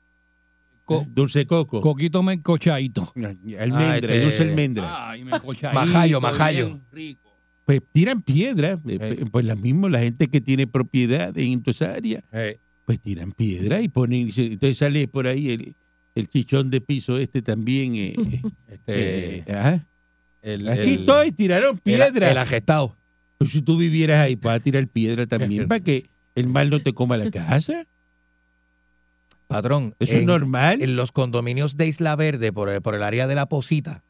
Speaker 6: Co-
Speaker 3: dulce coco,
Speaker 6: Coquito me encochadito.
Speaker 3: almendra,
Speaker 4: Ah, este-
Speaker 3: dulce almendra.
Speaker 6: Ay, me encochadito.
Speaker 4: Majayo, majayo.
Speaker 6: bien rico.
Speaker 3: Pues tiran piedra, eh,
Speaker 4: Eh.
Speaker 3: pues la mismo la gente que tiene propiedad en esa área,
Speaker 4: Eh,
Speaker 3: pues tiran piedra y ponen, entonces sale por ahí el, el chichón de piso este también. eh, eh,
Speaker 4: este,
Speaker 3: eh, ajá.
Speaker 4: el,
Speaker 3: Aquí
Speaker 4: el-
Speaker 3: estoy, tiraron
Speaker 4: el-
Speaker 3: piedra.
Speaker 4: el agestado.
Speaker 3: Pues si tú vivieras ahí, vas a tirar piedra
Speaker 4: [LAUGHS]
Speaker 3: también para que el mal no te coma la casa.
Speaker 4: Patrón,
Speaker 3: Eso es
Speaker 4: en-
Speaker 3: normal.
Speaker 4: en los condominios de Isla Verde, por el, por el área de la Posita,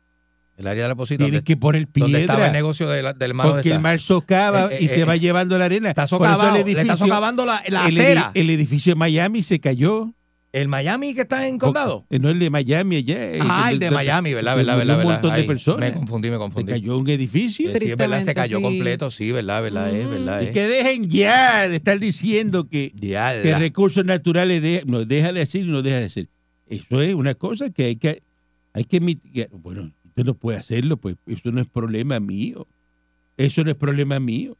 Speaker 4: el área de la Posita,
Speaker 3: Tienes
Speaker 4: donde,
Speaker 3: que poner
Speaker 4: donde estaba el
Speaker 3: piedra.
Speaker 4: negocio de la- del hermano de
Speaker 3: Porque el
Speaker 4: esta.
Speaker 3: mal socava
Speaker 4: Eh, eh,
Speaker 3: y se
Speaker 4: eh,
Speaker 3: va llevando la arena.
Speaker 4: Está
Speaker 3: Por eso
Speaker 4: socavado,
Speaker 3: el
Speaker 4: le está
Speaker 3: edificio,
Speaker 4: socavando la, la
Speaker 3: el,
Speaker 4: acera.
Speaker 3: edi- el edificio de Miami se cayó.
Speaker 4: el Miami que está en condado.
Speaker 3: Eh, No el de Miami allá. eh,
Speaker 4: Ah, el
Speaker 3: donde-
Speaker 4: de Miami, ¿verdad?
Speaker 3: donde
Speaker 4: ¿Verdad? ¿Verdad?
Speaker 3: murió Un
Speaker 4: ¿verdad?
Speaker 3: montón
Speaker 4: Ay,
Speaker 3: de personas.
Speaker 4: Me confundí, me confundí.
Speaker 3: Se cayó un edificio.
Speaker 4: Eh, Sí, es verdad, se
Speaker 5: Tristemente,
Speaker 4: cayó
Speaker 5: sí.
Speaker 4: completo, sí, ¿verdad? ¿Verdad? Es, ¿verdad?
Speaker 3: Mm, Y
Speaker 4: Es.
Speaker 3: que dejen ya de estar diciendo que
Speaker 4: Diabla.
Speaker 3: que recursos naturales de- no deja de decir y no deja de decir. Eso es una cosa que hay que hay que mitigar. Bueno, usted no puede hacerlo, pues eso no es problema mío. Eso no es problema mío.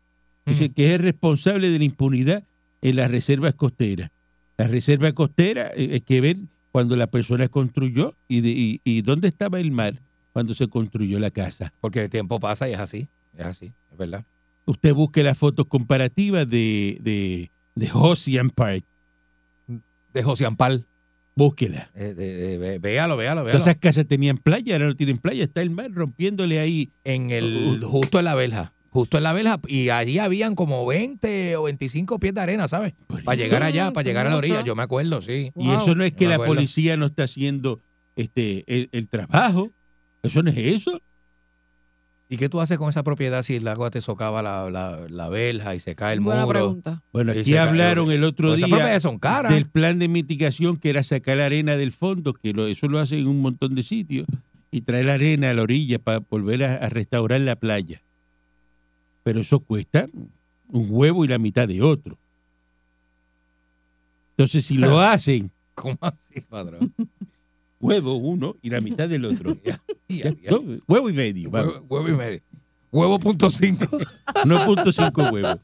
Speaker 3: Dice
Speaker 4: Mm.
Speaker 3: que es el responsable de la impunidad en las reservas costeras. La reserva costera eh, hay que ver cuando la persona construyó y, de- y, y dónde estaba el mar cuando se construyó la casa.
Speaker 4: Porque el tiempo pasa y es así. Es así, es verdad.
Speaker 3: Usted busque las fotos comparativas de, de, de Ocean Park.
Speaker 4: De José Ampal.
Speaker 3: Búsquela.
Speaker 4: Eh, de- de- ve- véalo, véalo, véalo.
Speaker 3: Todas esas casas tenían playa, ahora no tienen playa, está el mar rompiéndole ahí.
Speaker 4: en el,
Speaker 3: uh,
Speaker 4: justo en la verja. Justo en la verja. Y allí habían como 20 o 25 pies de arena, ¿sabes? Pues, Para llegar allá,
Speaker 5: Ah,
Speaker 4: para llegar a la
Speaker 5: mucho.
Speaker 4: orilla. Yo me acuerdo, sí.
Speaker 3: Y eso no es que
Speaker 4: me
Speaker 3: la
Speaker 4: acuerdo.
Speaker 3: policía no está haciendo este el, el trabajo, eso no es eso.
Speaker 4: ¿Y qué tú haces con esa propiedad si el agua te socava la, la, la verja y se cae el
Speaker 5: Buena
Speaker 4: muro?
Speaker 5: pregunta.
Speaker 3: Bueno,
Speaker 4: Sí,
Speaker 3: aquí
Speaker 4: se-
Speaker 3: hablaron el otro
Speaker 4: Pues esas
Speaker 3: día
Speaker 4: propiedades son caras.
Speaker 3: del plan de mitigación que era sacar la arena del fondo, que lo- eso lo hacen en un montón de sitios, y traer la arena a la orilla para volver a, a restaurar la playa. Pero eso cuesta un huevo y la mitad de otro. Entonces, si lo hacen,
Speaker 4: [LAUGHS] ¿Cómo así, padrón?
Speaker 3: huevo uno y la mitad del otro.
Speaker 4: Ya,
Speaker 3: Ya,
Speaker 4: [LAUGHS] ya.
Speaker 3: no, huevo y medio, vamos.
Speaker 4: Huevo, huevo y medio. Huevo punto [LAUGHS] cinco.
Speaker 3: 1.5 huevos.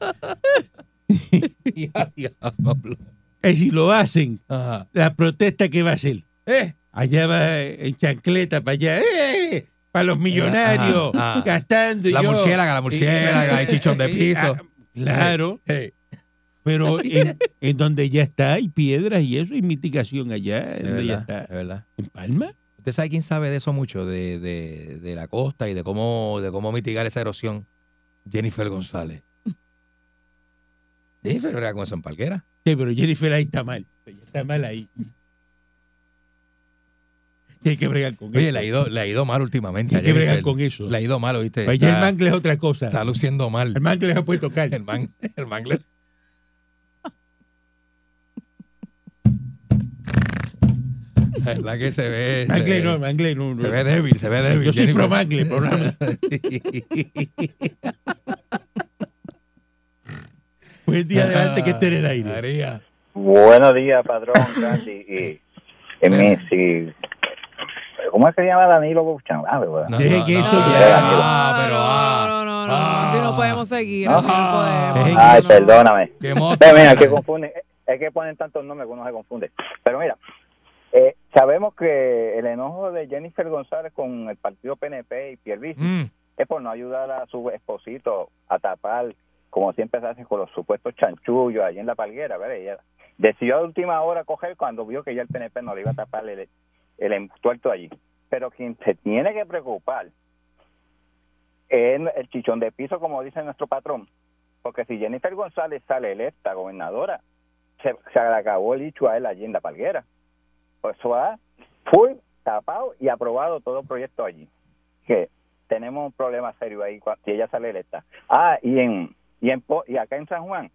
Speaker 4: Ya, diablo.
Speaker 3: Y si lo hacen,
Speaker 4: Ajá.
Speaker 3: la protesta que va a hacer.
Speaker 4: Eh,
Speaker 3: Allá va eh, en chancleta para allá, ¡eh! Para los millonarios,
Speaker 4: Eh, Ajá, ajá.
Speaker 3: gastando. y
Speaker 4: la
Speaker 3: yo-
Speaker 4: murciélaga, la murciélaga, [LAUGHS] el chichón de
Speaker 3: Eh,
Speaker 4: piso.
Speaker 3: ah, Claro,
Speaker 4: Eh, [LAUGHS]
Speaker 3: pero en, en donde ya está, hay piedras y eso, y mitigación allá,
Speaker 4: de
Speaker 3: donde ya
Speaker 4: verdad,
Speaker 3: está.
Speaker 4: de verdad.
Speaker 3: ¿En Palma?
Speaker 4: ¿Usted sabe quién sabe de eso mucho? De, de, de la costa y de cómo, de cómo mitigar esa erosión. Jennifer [LAUGHS] González. Jennifer era con esa empalquera.
Speaker 3: Sí, pero Jennifer ahí está mal. Está mal ahí. Tiene que bregar con
Speaker 4: Oye,
Speaker 3: eso.
Speaker 4: le ha ido, le ha ido mal últimamente. a
Speaker 3: Tiene que bregar
Speaker 4: Jennifer.
Speaker 3: con eso.
Speaker 4: Le ha ido mal, ¿oíste?
Speaker 3: Allá el
Speaker 4: Está,
Speaker 3: mangle es otra cosa.
Speaker 4: está luciendo mal.
Speaker 3: El mangle no puede tocar.
Speaker 4: [LAUGHS] El man, el man le- La verdad que se ve. se
Speaker 3: Mangle
Speaker 4: ve-
Speaker 3: no, mangle no. no.
Speaker 4: Se ve débil, se ve débil.
Speaker 3: Yo soy
Speaker 4: Jennifer.
Speaker 3: pro mangle, pro [LAUGHS] mangle. Buen día adelante que esté en el aire.
Speaker 4: María.
Speaker 7: Buenos días,
Speaker 5: [LAUGHS]
Speaker 7: padrón, Candy. Y, y mi- si- ¿Cómo es que se llama Danilo Buchan? Ah, ¿verdad?
Speaker 4: No,
Speaker 3: Dejen
Speaker 4: no,
Speaker 3: que
Speaker 4: no,
Speaker 3: eso
Speaker 4: no,
Speaker 3: ya.
Speaker 4: no, pero
Speaker 5: ah, no,
Speaker 4: ah,
Speaker 5: no, no, no,
Speaker 4: ah.
Speaker 5: así no podemos seguir, así
Speaker 4: Ah.
Speaker 5: no podemos.
Speaker 7: Ay,
Speaker 5: no, no.
Speaker 7: perdóname.
Speaker 4: qué monstruo.
Speaker 7: Ve, mira, que confunde. Es que ponen tantos nombres que uno se confunde. Pero mira, eh, sabemos que el enojo de Jennifer González con el partido PNP y Pierluisi
Speaker 4: Mm,
Speaker 7: es por no ayudar a su esposito a tapar, como siempre se hace con los supuestos chanchullos allí en la palguera, ¿verdad? Ella decidió a última hora coger cuando vio que ya el PNP no le iba a tapar el, el entuerto allí. Pero quien se tiene que preocupar es el chichón de piso, como dice nuestro patrón. Porque si Jennifer González sale electa gobernadora, se, se le acabó el hecho a él allí en la palguera. Pues eso ha full tapado y aprobado todo proyecto allí. Que tenemos un problema serio ahí cua- si ella sale electa. Ah, y en y en Po- y acá en San Juan,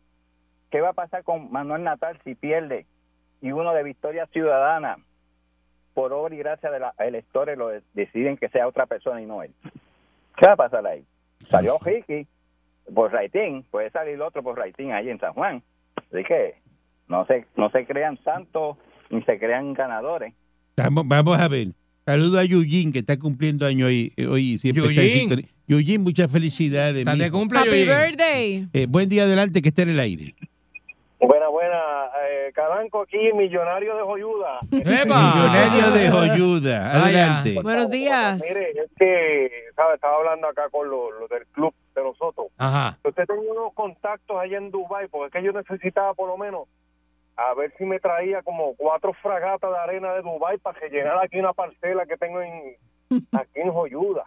Speaker 7: ¿qué va a pasar con Manuel Natal si pierde y uno de Victoria Ciudadana por obra y gracia de los electores lo de- deciden que sea otra persona y no él. ¿Qué va a pasar ahí? Salió Ricky por Raitín, puede salir otro por Raitín ahí en San Juan. Así que no se, no se crean santos ni se crean ganadores.
Speaker 3: Estamos- vamos a ver. Saludo a Yujin, que está cumpliendo año hoy. eh, hoy siempre está en
Speaker 4: Yujin.
Speaker 3: sintonía. Yujin, muchas felicidades.
Speaker 4: Estás de
Speaker 3: mijo.
Speaker 4: cumple,
Speaker 5: Happy
Speaker 4: Yoyin.
Speaker 5: birthday.
Speaker 3: Eh, buen día adelante, que está en el aire.
Speaker 8: Buena, buena. Eh, Caranco aquí, millonario de joyuda.
Speaker 4: ¡Epa!
Speaker 3: Millonario de Joyuda.
Speaker 4: Ah. Vaya.
Speaker 3: Adelante.
Speaker 5: Buenos días.
Speaker 8: Mire, es que, ¿sabe? Estaba hablando acá con los los del club de nosotros.
Speaker 4: Ajá.
Speaker 8: Usted tenía unos contactos allá en Dubai porque es que yo necesitaba por lo menos a ver si me traía como cuatro fragatas de arena de Dubai para que llenara aquí una parcela que tengo
Speaker 6: [LAUGHS]
Speaker 8: en aquí en Joyuda.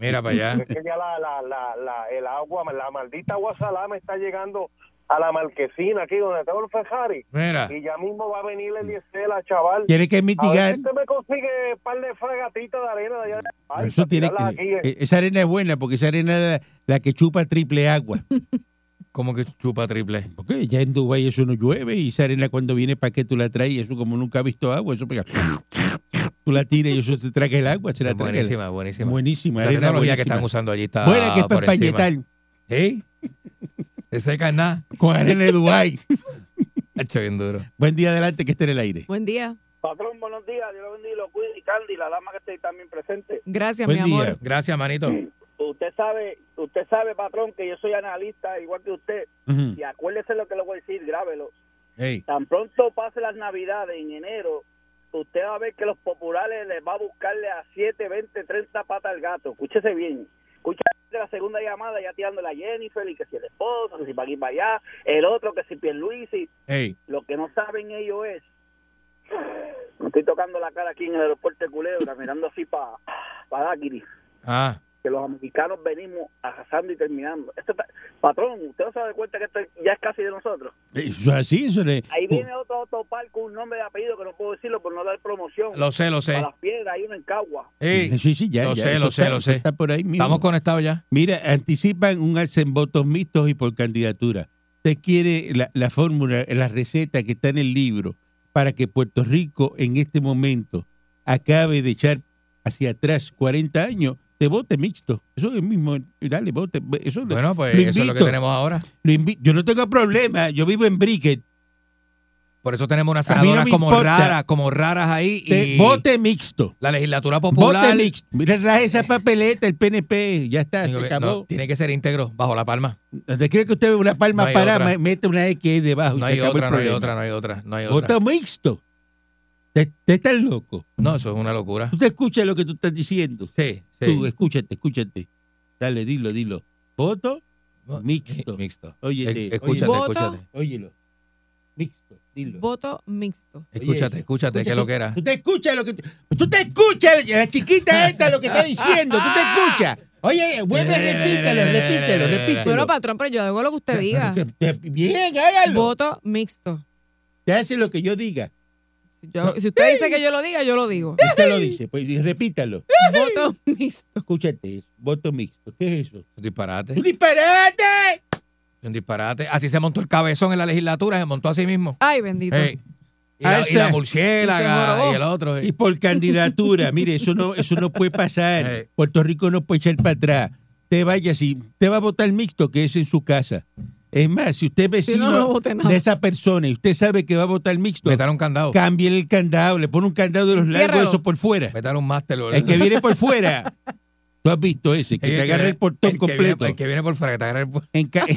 Speaker 4: Mira para allá.
Speaker 8: Es que ya la, la, la, la- el agua, la maldita agua salada me está llegando a la marquesina aquí donde tengo el Ferrari
Speaker 4: Mira.
Speaker 8: y ya mismo va a venir el Diesela, chaval.
Speaker 3: Tiene que
Speaker 8: A ver
Speaker 3: mitigar.
Speaker 8: si usted me consigue un par de fragatitas de arena de allá. de- Ay,
Speaker 3: Eso
Speaker 8: para
Speaker 3: tiene
Speaker 8: tirarlas aquí,
Speaker 3: que,
Speaker 8: eh.
Speaker 3: eh, esa arena es buena porque esa arena es la, la que chupa triple agua.
Speaker 4: Como que chupa triple.
Speaker 3: Porque ya en Dubái eso no llueve y esa arena cuando viene para qué tú la traes, eso como nunca ha visto agua, eso pega. Tú la tiras y eso te traga el agua, se la traga. el-
Speaker 4: Buenísima, buenísima.
Speaker 3: Buenísima,
Speaker 4: Esa
Speaker 3: arena
Speaker 4: tecnología
Speaker 3: buenísima.
Speaker 4: que están usando allí está.
Speaker 3: buena que es para
Speaker 4: por encima.
Speaker 3: empañetar
Speaker 4: ¿Sí? Se seca en nada.
Speaker 3: con arena de Dubái.
Speaker 4: Hacho bien duro.
Speaker 3: Buen día adelante que esté en el aire.
Speaker 5: Buen día.
Speaker 8: Patrón, buenos días. Dios lo bendiga. Lo cuide. Y Candy, la dama que está ahí también presente.
Speaker 5: Gracias,
Speaker 3: Buen
Speaker 5: mi amor.
Speaker 3: día.
Speaker 4: Gracias, manito.
Speaker 8: Usted sabe, usted sabe, patrón, que yo soy analista igual que usted.
Speaker 3: Ujú.
Speaker 8: Y acuérdese lo que le voy a decir, grábelo.
Speaker 4: Ey.
Speaker 8: Tan pronto pase las navidades en enero, usted va a ver que los populares les va a buscarle a 7, 20, 30 patas al gato. Escúchese bien. Escúchese la segunda llamada ya tirándole a Jennifer y que si el esposo, que si para aquí para allá, el otro que si Pierluisi.
Speaker 4: Ey.
Speaker 8: Lo que no saben ellos es. Me estoy tocando la cara aquí en el aeropuerto de Culebra, mirando así para pa Dáquiri,
Speaker 4: Ah.
Speaker 8: que los americanos venimos arrasando y terminando. Esto está- patrón, usted no se da cuenta que esto ya es casi de nosotros.
Speaker 3: Eso es así, eso es.
Speaker 8: Ahí viene otro autopar con un nombre de apellido que no puedo decirlo por no dar promoción.
Speaker 4: Lo sé, lo
Speaker 8: a
Speaker 4: sé.
Speaker 8: las piedras, ahí uno en Cagua.
Speaker 4: Ey.
Speaker 3: Sí, sí, ya.
Speaker 4: Lo
Speaker 3: ya,
Speaker 4: sé,
Speaker 3: eso
Speaker 4: lo sé,
Speaker 3: está-
Speaker 4: lo
Speaker 3: eso
Speaker 4: sé.
Speaker 3: Está por ahí mismo.
Speaker 4: Estamos conectados ya.
Speaker 3: Mira, anticipan un alza en votos mixtos y por candidatura. Usted quiere la, la fórmula, la receta que está en el libro para que Puerto Rico en este momento acabe de echar hacia atrás 40 años de vote mixto. Eso es mismo, dale, vote. Eso lo-
Speaker 4: Bueno, pues
Speaker 3: Lo
Speaker 4: eso es lo que
Speaker 3: invito.
Speaker 4: tenemos ahora.
Speaker 3: lo invi- yo no tengo problema, yo vivo en Bricket.
Speaker 4: Por eso tenemos unas
Speaker 3: A mí no
Speaker 4: senadoras
Speaker 3: me
Speaker 4: como
Speaker 3: importa.
Speaker 4: raras, como raras ahí.
Speaker 3: Te-
Speaker 4: Y
Speaker 3: Vote mixto.
Speaker 4: La legislatura
Speaker 3: Vote
Speaker 4: popular.
Speaker 3: mixto. Mira, trae esa papeleta, el PNP, ya está,
Speaker 4: Digo
Speaker 3: se
Speaker 4: que- no,
Speaker 3: acabó.
Speaker 4: tiene que ser íntegro, bajo la palma.
Speaker 3: ¿Usted cree que usted ve una palma
Speaker 4: No hay
Speaker 3: para,
Speaker 4: otra.
Speaker 3: me- mete una X ahí debajo? y
Speaker 4: No
Speaker 3: se
Speaker 4: hay,
Speaker 3: acabó el
Speaker 4: otra, no hay
Speaker 3: problema?
Speaker 4: otra, no hay otra, no hay otra.
Speaker 3: Voto mixto. Te, te estás loco.
Speaker 4: No, eso es una locura.
Speaker 3: Tú te escuchas lo que tú estás diciendo.
Speaker 4: Sí,
Speaker 3: Tú,
Speaker 4: sí.
Speaker 3: escúchate, escúchate. Dale, dilo, dilo. Voto, mixto.
Speaker 4: Mixto.
Speaker 3: óyete.
Speaker 4: Eh, Escúchate,
Speaker 5: Voto.
Speaker 4: escúchate.
Speaker 3: Óyelo. Mixto, dilo.
Speaker 5: Voto mixto.
Speaker 4: Escúchate, escúchate, que lo que era.
Speaker 3: Tú te escuchas lo que tú... Tú te escuchas, la
Speaker 4: [LAUGHS]
Speaker 3: chiquita esta lo que está diciendo. Tú te escuchas. Oye, vuelve,
Speaker 4: Eh,
Speaker 3: repítelo, repítelo, repítelo.
Speaker 5: Bueno, patrón, pero yo hago lo que usted diga.
Speaker 3: Te- te- Bien, hágalo.
Speaker 5: Voto mixto.
Speaker 3: Te hace lo que yo diga.
Speaker 5: Yo- si usted dice que yo lo diga, yo lo digo.
Speaker 3: Usted lo dice, pues y
Speaker 4: [LAUGHS]
Speaker 3: repítalo.
Speaker 5: Voto mixto.
Speaker 3: Escúchate eso. Voto mixto. ¿Qué es eso?
Speaker 4: Un disparate,
Speaker 3: ¡Un disparate!
Speaker 4: un disparate. Así se montó el cabezón en la legislatura, se montó a sí mismo.
Speaker 5: Ay, bendito.
Speaker 4: Ey. Y, la, y la
Speaker 3: Ah, Ese.
Speaker 5: Y se
Speaker 4: murciélaga
Speaker 5: jorobó.
Speaker 4: y el otro. eh. ey.
Speaker 3: Y por
Speaker 4: [LAUGHS]
Speaker 3: candidatura, mire, eso no, eso no puede pasar.
Speaker 4: Eh.
Speaker 3: Puerto Rico no puede echar para atrás. Te vaya si te va a votar mixto, que es en su casa. Es más, si usted es
Speaker 5: Si
Speaker 3: vecino
Speaker 5: no, no vote nada.
Speaker 3: de esa persona y usted sabe que va a votar mixto,
Speaker 4: Metar un candado.
Speaker 3: cambie el candado, le pone un candado de los largos
Speaker 5: Enciérralo.
Speaker 3: eso por fuera.
Speaker 4: Metar un máster. o-
Speaker 3: El que viene
Speaker 4: [LAUGHS]
Speaker 3: por fuera. Tú has visto ese, que
Speaker 4: Ey,
Speaker 3: te agarra
Speaker 4: viene-
Speaker 3: el portón
Speaker 4: el que viene-
Speaker 3: completo.
Speaker 4: el que viene por fuera, que te agarra el pu-
Speaker 3: En ca- [LAUGHS]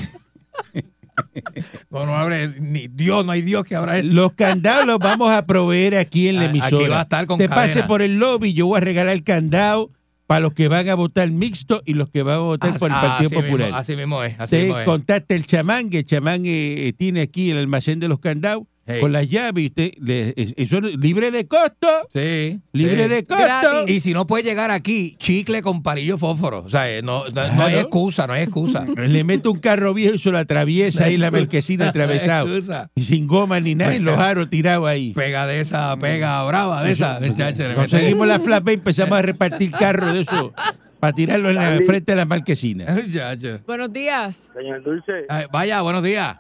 Speaker 4: No, no abre ni Dios, no hay Dios que abra el.
Speaker 3: Los candados los vamos a proveer aquí en la
Speaker 4: Ah, aquí
Speaker 3: emisora.
Speaker 4: va a estar con
Speaker 3: Te
Speaker 4: cadena.
Speaker 3: pase por el lobby, yo voy a regalar el candado para los que van a votar mixto y los que van a votar por el
Speaker 4: Ah,
Speaker 3: Partido
Speaker 4: así mismo,
Speaker 3: Popular.
Speaker 4: así mismo es, así mismo
Speaker 3: Usted
Speaker 4: es.
Speaker 3: contacta el chamán, que el chamán eh, eh, tiene aquí el almacén de los candados
Speaker 4: Hey.
Speaker 3: con las llaves y usted le- es- eso es libre de costo,
Speaker 4: Sí.
Speaker 3: libre
Speaker 4: sí.
Speaker 3: de costo.
Speaker 5: Gratis.
Speaker 4: Y si no puede llegar aquí, chicle con palillo fósforo. O sea, eh, no, no- no hay
Speaker 3: Claro.
Speaker 4: excusa, no hay
Speaker 3: [LAUGHS]
Speaker 4: excusa.
Speaker 3: Le mete un carro viejo y se lo atraviesa ahí la merquesina
Speaker 4: No [LAUGHS]
Speaker 3: atravesado.
Speaker 4: hay excusa.
Speaker 3: Y sin goma ni nada, y los aros tirados ahí.
Speaker 4: Pega de esa, pega brava de esa, muchacho. le mete-
Speaker 3: Conseguimos la flapa y empezamos a repartir carros de eso para tirarlo en la frente de las marquesinas.
Speaker 4: Muchacho.
Speaker 5: Buenos días.
Speaker 8: Señor Dulce,
Speaker 4: Ay, Vaya, buenos días.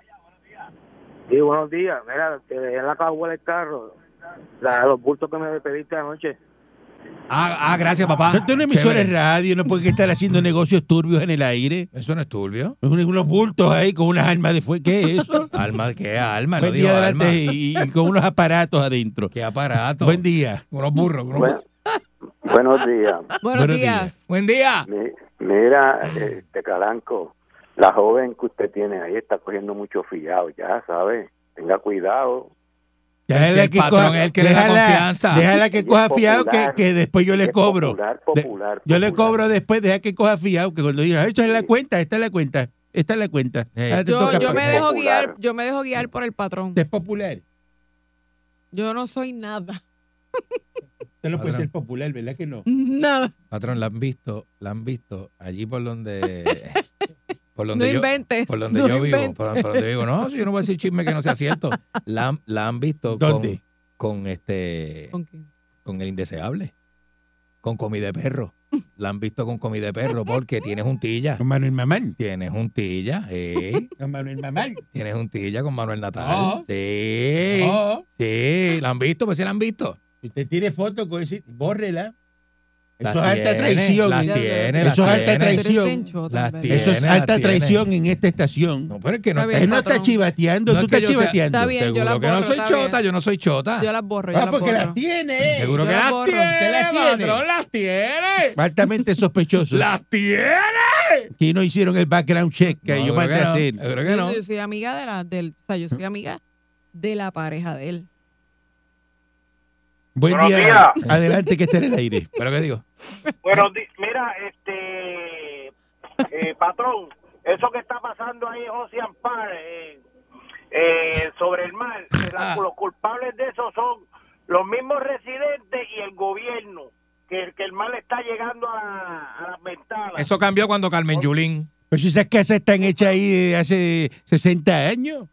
Speaker 8: sí, buenos días. Mira, te dejé la caguela el carro. la- los bultos que me pediste anoche.
Speaker 4: Ah, ah, gracias, papá.
Speaker 3: Esto es una emisora de
Speaker 4: Chévere.
Speaker 3: radio, no pueden estar haciendo negocios turbios en el aire.
Speaker 4: Eso no es turbio.
Speaker 3: Unos unos bultos ahí con unas armas de fuego. ¿Qué es eso?
Speaker 4: [LAUGHS] Alma, ¿qué alma? No
Speaker 3: Buen
Speaker 4: digo
Speaker 3: día
Speaker 4: alma.
Speaker 3: adelante y, y con unos aparatos adentro.
Speaker 4: Qué aparato.
Speaker 3: Buen día.
Speaker 4: Unos burros. unos
Speaker 8: Bueno,
Speaker 4: burros.
Speaker 8: buenos días.
Speaker 5: Buenos
Speaker 3: Buenos
Speaker 5: días.
Speaker 4: Buen día.
Speaker 8: Mi- Mira, este Calanco, la joven que usted tiene ahí está cogiendo mucho fiado, ya sabe. Tenga cuidado.
Speaker 3: Ya
Speaker 4: Si el patrón es el que le da confianza.
Speaker 3: Déjala que
Speaker 8: Es
Speaker 3: coja fiado que,
Speaker 8: popular.
Speaker 3: que después yo le
Speaker 8: Es
Speaker 3: cobro.
Speaker 8: Popular,
Speaker 3: De-
Speaker 8: popular,
Speaker 3: yo le
Speaker 8: popular.
Speaker 3: cobro después, deja que coja fiado, que cuando diga, esta es la cuenta, esta es la cuenta, esta es la cuenta.
Speaker 4: Hey.
Speaker 3: Ahora te
Speaker 5: Yo,
Speaker 3: toca
Speaker 5: yo me
Speaker 3: pagar.
Speaker 5: dejo
Speaker 8: Popular.
Speaker 5: guiar, yo me dejo guiar por el patrón.
Speaker 3: Te es popular.
Speaker 5: Yo no
Speaker 3: [LAUGHS]
Speaker 5: soy nada.
Speaker 3: Usted no puede
Speaker 4: Patrón.
Speaker 3: ser popular, ¿verdad que no?
Speaker 5: Nada.
Speaker 4: Patrón, la han visto, la han visto allí por
Speaker 5: [LAUGHS]
Speaker 4: donde. Por
Speaker 5: No
Speaker 4: donde yo,
Speaker 5: inventes.
Speaker 4: por donde
Speaker 5: no
Speaker 4: yo vivo.
Speaker 5: inventes.
Speaker 4: Por, por donde yo vivo. No, si yo no voy a decir chisme que no sea cierto. La, han- la han visto con,
Speaker 3: ¿Dónde?
Speaker 4: con este.
Speaker 5: ¿Con quién?
Speaker 4: con el indeseable. Con comida de perro. La han visto con comida de perro porque tienes juntilla.
Speaker 3: Con Manuel Mamán.
Speaker 4: Tienes juntilla, eh.
Speaker 3: Con Manuel Mamán.
Speaker 4: Tienes juntilla con Manuel Natal.
Speaker 3: No.
Speaker 4: Sí.
Speaker 3: Oh,
Speaker 4: Sí, la han visto, pues sí la han visto.
Speaker 3: usted tiene foto con ese, bórrela. Eso
Speaker 4: Las
Speaker 3: es alta
Speaker 4: tiene,
Speaker 3: traición.
Speaker 4: Las
Speaker 5: Ya, ya,
Speaker 4: tiene,
Speaker 3: ya.
Speaker 4: las
Speaker 3: Eso es alta
Speaker 4: tiene.
Speaker 5: Pero es
Speaker 3: traición.
Speaker 5: pinchota,
Speaker 4: Las
Speaker 5: ¿verdad?
Speaker 4: tiene.
Speaker 3: Eso es
Speaker 4: las
Speaker 3: alta
Speaker 4: tiene.
Speaker 3: traición en esta estación.
Speaker 4: No, pero es que no
Speaker 5: Está
Speaker 4: está
Speaker 5: bien,
Speaker 3: Él no está
Speaker 5: patrón.
Speaker 3: chivateando,
Speaker 4: No,
Speaker 3: tú
Speaker 4: es que
Speaker 3: estás
Speaker 4: yo sea-
Speaker 3: chivateando.
Speaker 5: Está bien, yo
Speaker 4: Seguro
Speaker 5: las
Speaker 4: que no
Speaker 5: borro,
Speaker 4: soy
Speaker 5: está
Speaker 4: chota,
Speaker 5: bien.
Speaker 4: yo no soy chota.
Speaker 5: Yo las borro, yo
Speaker 3: Ah,
Speaker 5: las
Speaker 3: porque
Speaker 5: borro.
Speaker 3: las tiene. eh.
Speaker 4: Seguro
Speaker 5: yo
Speaker 4: que
Speaker 5: las
Speaker 4: las
Speaker 5: borro.
Speaker 4: tiene,
Speaker 3: Usted las tiene.
Speaker 4: patrón, las tiene.
Speaker 3: Altamente
Speaker 4: [LAUGHS]
Speaker 3: sospechoso.
Speaker 4: Las tiene.
Speaker 3: Que no hicieron el background check que
Speaker 4: No,
Speaker 3: yo
Speaker 4: creo
Speaker 3: mandé a
Speaker 4: que
Speaker 3: hacer.
Speaker 4: no, Creo que
Speaker 5: Yo-
Speaker 4: no.
Speaker 5: Yo soy amiga de la, del, o sea, yo soy amiga de la pareja de él.
Speaker 3: Buen
Speaker 8: Buenos
Speaker 3: día.
Speaker 8: días.
Speaker 3: Adelante que esté en el aire.
Speaker 4: [LAUGHS] Pero qué digo.
Speaker 9: Bueno, di- mira, este eh, patrón, eso que está pasando ahí en Ocean Park eh, eh, sobre el mar, que la-
Speaker 4: Ah.
Speaker 9: los culpables de eso son los mismos residentes y el gobierno, que, que el mal está llegando a, la- a las ventanas.
Speaker 4: Eso cambió cuando Carmen Yulín.
Speaker 3: Pero si esas casas están hechas ahí de hace 60 años.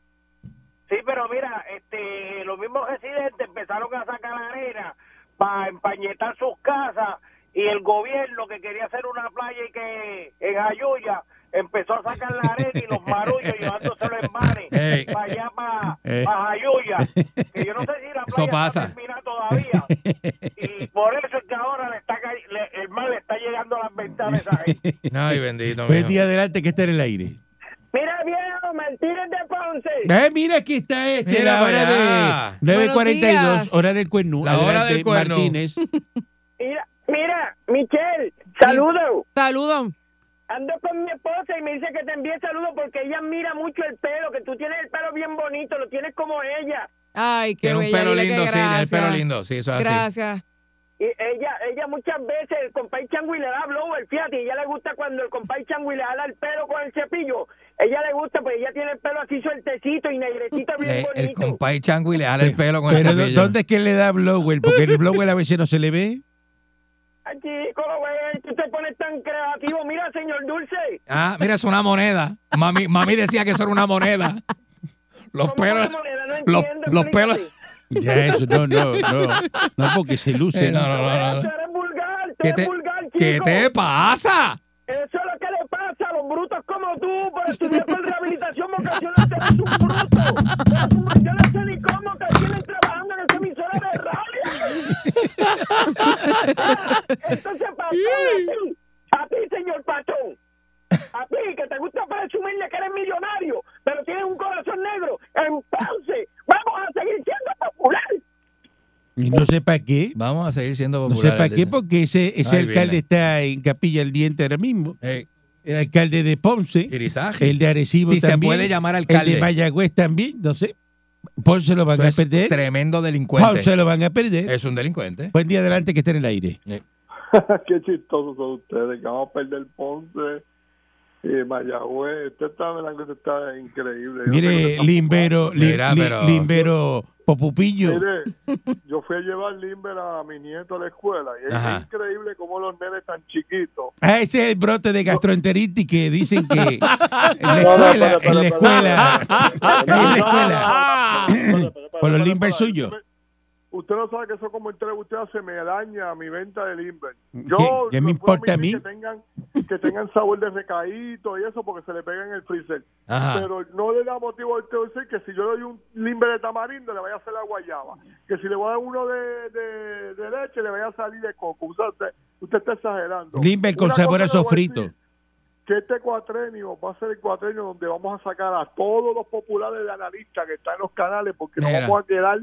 Speaker 9: Sí, pero mira, este, los mismos residentes empezaron a sacar arena para empañetar sus casas y el gobierno que quería hacer una playa y que en Ayuya empezó a sacar la arena y los marullos llevándoselo en
Speaker 4: [LAUGHS] Ey.
Speaker 9: mares para allá para
Speaker 3: Eh.
Speaker 9: Ayuya. Que yo no sé si la playa
Speaker 4: Eso pasa.
Speaker 9: está terminada todavía. Y por eso es que ahora le está, ca- le- el mal le está llegando a las ventanas a esa gente.
Speaker 4: Ay, bendito.
Speaker 3: Buen
Speaker 4: mijo.
Speaker 3: día, adelante que esté en el aire.
Speaker 9: [LAUGHS] Mira, viejo, mentiras de Ponce.
Speaker 3: Eh, mira, aquí está este.
Speaker 4: Mira
Speaker 3: la
Speaker 4: para
Speaker 3: hora
Speaker 4: allá.
Speaker 3: de
Speaker 5: Buenos
Speaker 3: 9.42,
Speaker 5: días.
Speaker 3: hora del cuernú.
Speaker 4: La hora
Speaker 3: Adelante,
Speaker 4: del cuernú.
Speaker 3: Martínez.
Speaker 9: Mira, mira, Michelle, saludo.
Speaker 5: Saludos.
Speaker 9: Ando con mi esposa y me dice que te envíe saludos porque ella mira mucho el pelo, que tú tienes el pelo bien bonito, lo tienes como ella.
Speaker 5: Ay, qué
Speaker 4: Tiene un
Speaker 5: bella,
Speaker 4: pelo
Speaker 5: dile que
Speaker 4: lindo, sí, tiene el
Speaker 5: gracias.
Speaker 4: pelo lindo, sí, eso es así.
Speaker 5: Gracias.
Speaker 9: Y ella, ella muchas veces, el compay Changui le da blower, fíjate, y ella le gusta cuando el compay Changui le jala el pelo con el cepillo. Ella le gusta, pues ella tiene el pelo así sueltecito y negrecito bien
Speaker 4: Le- Eh, el
Speaker 9: bonito.
Speaker 4: compay Changui le jala el pelo con el
Speaker 3: Pero ¿dó-
Speaker 4: cepillo.
Speaker 3: ¿dónde es que le da Blowell? Porque el Blowell a veces no se le ve.
Speaker 9: Ay, chico, lo ves, tú te pones tan creativo. Mira, señor Dulce,
Speaker 4: Ah, mira, es una moneda. Mami, mami decía que eso era una moneda. Los
Speaker 9: ¿cómo
Speaker 4: pelos.
Speaker 9: la moneda? No
Speaker 4: los-
Speaker 9: entiendo,
Speaker 4: los
Speaker 9: explícate.
Speaker 4: pelos-
Speaker 3: [LAUGHS] Ya eso, no, no, no. No, porque se luce.
Speaker 4: Eh, no, no, no, no,
Speaker 9: Tú
Speaker 4: no.
Speaker 9: eres vulgar, tú
Speaker 4: ¿Qué
Speaker 9: eres
Speaker 4: te-
Speaker 9: vulgar, chico.
Speaker 4: ¿Qué te pasa?
Speaker 9: Eso es lo que le pasa a los brutos como tú por estudiar por rehabilitación vocacional. Tú eres un bruto. Eres un- Yo no sé ni cómo que siguen trabajando en esa emisora de radio. Entonces, patrón, a ti, a ti, señor patrón. A ti, que te gusta presumirle que eres millonario, pero tienes un corazón negro. Entonces, vamos a seguir siendo populares.
Speaker 3: Y no sé para qué.
Speaker 4: Vamos a seguir siendo
Speaker 3: No sé
Speaker 4: populares.
Speaker 3: para qué,
Speaker 4: dice.
Speaker 3: porque ese, ese
Speaker 4: Ahí
Speaker 3: alcalde
Speaker 4: viene.
Speaker 3: está en Capilla el Diente ahora mismo.
Speaker 4: Eh,
Speaker 3: El alcalde de Ponce,
Speaker 4: irisaje.
Speaker 3: el de Arecibo
Speaker 4: Si se
Speaker 3: también.
Speaker 4: puede llamar
Speaker 3: El de
Speaker 4: alcalde.
Speaker 3: Mayagüez también, no sé. Ponce lo van
Speaker 4: Eso
Speaker 3: a
Speaker 4: es
Speaker 3: perder.
Speaker 4: tremendo delincuente.
Speaker 3: Ponce lo van a perder.
Speaker 4: Es Eh, un delincuente.
Speaker 3: Buen día adelante que esté en el aire.
Speaker 10: [LAUGHS] Qué chistosos son ustedes, que vamos a perder Ponce y Mayagüez. Usted está mirando que está increíble. Yo tengo
Speaker 3: Mire,
Speaker 10: esta-
Speaker 3: Limbero, Lim-
Speaker 4: Mira,
Speaker 3: Li-
Speaker 4: pero-
Speaker 3: Limbero Popupillo.
Speaker 10: Mire, yo fui a llevar Limber a mi nieto a la escuela y es
Speaker 4: Ajá.
Speaker 10: increíble cómo los nenes tan chiquitos.
Speaker 3: Ah, ese es el brote de gastroenteritis que dicen que en
Speaker 4: [LAUGHS]
Speaker 3: la
Speaker 10: No, no,
Speaker 3: escuela,
Speaker 10: pero, pero,
Speaker 3: en la
Speaker 10: pero,
Speaker 3: escuela,
Speaker 10: pero,
Speaker 3: en la
Speaker 10: pero,
Speaker 3: escuela.
Speaker 10: pero, pero, pero,
Speaker 3: Por los
Speaker 10: pero,
Speaker 3: Limber
Speaker 10: pero,
Speaker 3: suyos.
Speaker 10: yo me- Usted no sabe que eso como entrega usted hace me daña mi venta del Inver.
Speaker 3: ¿Qué-
Speaker 10: Yo
Speaker 3: qué me
Speaker 10: los puedo
Speaker 3: importa a
Speaker 10: admitir
Speaker 3: mí?
Speaker 10: Que tengan, que tengan sabor de recaíto y eso porque se le pega en el freezer.
Speaker 3: Ajá.
Speaker 10: Pero no le da motivo a usted decir que si yo le doy un Limber de tamarindo le vaya a hacer la guayaba. Que si le voy a dar uno de, de- de leche le vaya a salir de coco. O sea, usted, usted está exagerando.
Speaker 3: Limber con
Speaker 10: Una
Speaker 3: sabor a
Speaker 10: cosa le voy decir,
Speaker 3: sofrito.
Speaker 10: que este cuatrenio va a ser el cuatrenio donde vamos a sacar a todos los populares de analistas que están en los canales porque nos
Speaker 11: Mira.
Speaker 10: vamos a quedar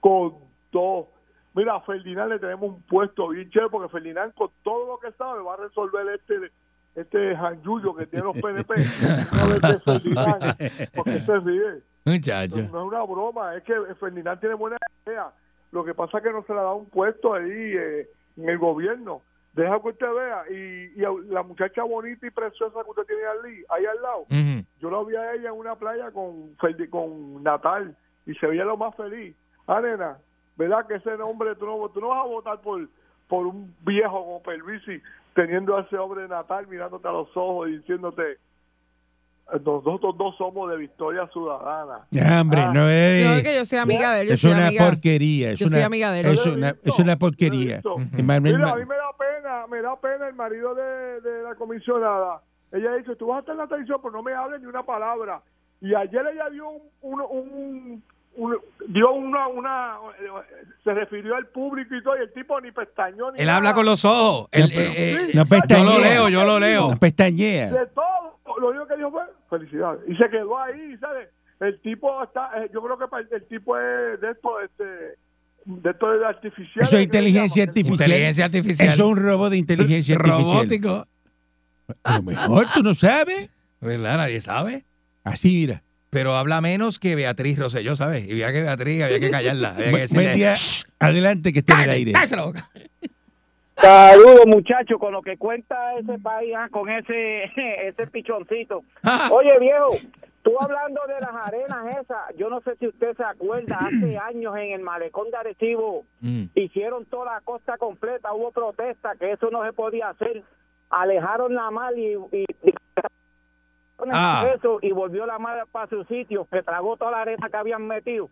Speaker 10: con dos. Mira, a Ferdinand le tenemos un puesto bien chévere porque Ferdinand con todo lo que sabe va a resolver este este janjullo que tiene los PNP. Una vez de Ferdinand, porque se ríe.
Speaker 4: Muchacho.
Speaker 10: No es una broma, es que Ferdinand tiene buena idea. Lo que pasa es que no se le da un puesto ahí eh, en el gobierno. Deja que usted vea. Y, y a- la muchacha bonita y preciosa que usted tiene allí, ahí al lado, yo la vi a ella en una playa con, Ferdi- con Natal y se veía lo más feliz. Ah, nena, ¿verdad que ese nombre tú no, tú no vas a votar por, por un viejo como Pervisi teniendo a ese hombre de Natal mirándote a los ojos y diciéndote, nosotros dos somos de Victoria Ciudadana.
Speaker 3: Ah, Hombre, no es.
Speaker 12: Yo que yo soy amiga de él. yo
Speaker 3: es
Speaker 12: soy
Speaker 3: una
Speaker 12: amiga-
Speaker 3: porquería. Es
Speaker 12: yo
Speaker 3: una,
Speaker 12: soy amiga de él.
Speaker 4: Ah,
Speaker 3: Es una, es una porquería. Emmanuel
Speaker 10: Mira,
Speaker 3: Ma-
Speaker 10: a mí me da pena, me da pena el marido de, de la comisionada. Ella dice, tú vas a estar en la televisión, pero no me hables ni una palabra. Y ayer ella dio un, un- un- un- dio una, una, se refirió al público y todo, y el tipo ni pestañó ni
Speaker 4: Él
Speaker 10: nada.
Speaker 4: habla con los ojos. Él,
Speaker 3: No, pero- [LAUGHS]
Speaker 4: eh, eh,
Speaker 3: no
Speaker 4: yo
Speaker 3: pestañea.
Speaker 4: lo leo, yo lo leo.
Speaker 3: No pestañea.
Speaker 10: De todo, lo único que dijo fue, felicidades. Y se quedó ahí, ¿sabes? El tipo está, eh, yo creo que pa- el tipo es de esto, este, de esto de artificial.
Speaker 3: Eso es inteligencia artificial.
Speaker 4: Inteligencia artificial.
Speaker 3: Eso es un robot de inteligencia artificial.
Speaker 4: Robótico.
Speaker 3: A lo mejor tú no sabes.
Speaker 4: ¿Verdad? Nadie sabe.
Speaker 3: Así, mira.
Speaker 4: Pero habla menos que Beatriz Rosselló, ¿sabes? Y mira que Beatriz había que callarla. Había que
Speaker 3: Bu-
Speaker 4: decirle,
Speaker 3: buen día. Adelante, que esté en el aire.
Speaker 4: "Cállese la [LAUGHS] boca".
Speaker 9: Saludos, muchachos, con lo que cuenta ese país, ah, con
Speaker 8: [LAUGHS]
Speaker 9: ese, ese pichoncito. Oye, viejo, tú hablando de las arenas esas, yo no sé si usted se acuerda, hace años en el malecón de Arecibo
Speaker 3: Mm.
Speaker 9: hicieron toda la costa completa, hubo protesta, que eso no se podía hacer, alejaron la mal y, y- y-
Speaker 13: Ah.
Speaker 9: eso, y volvió la mar para su sitio, se tragó toda la arena que habían metido.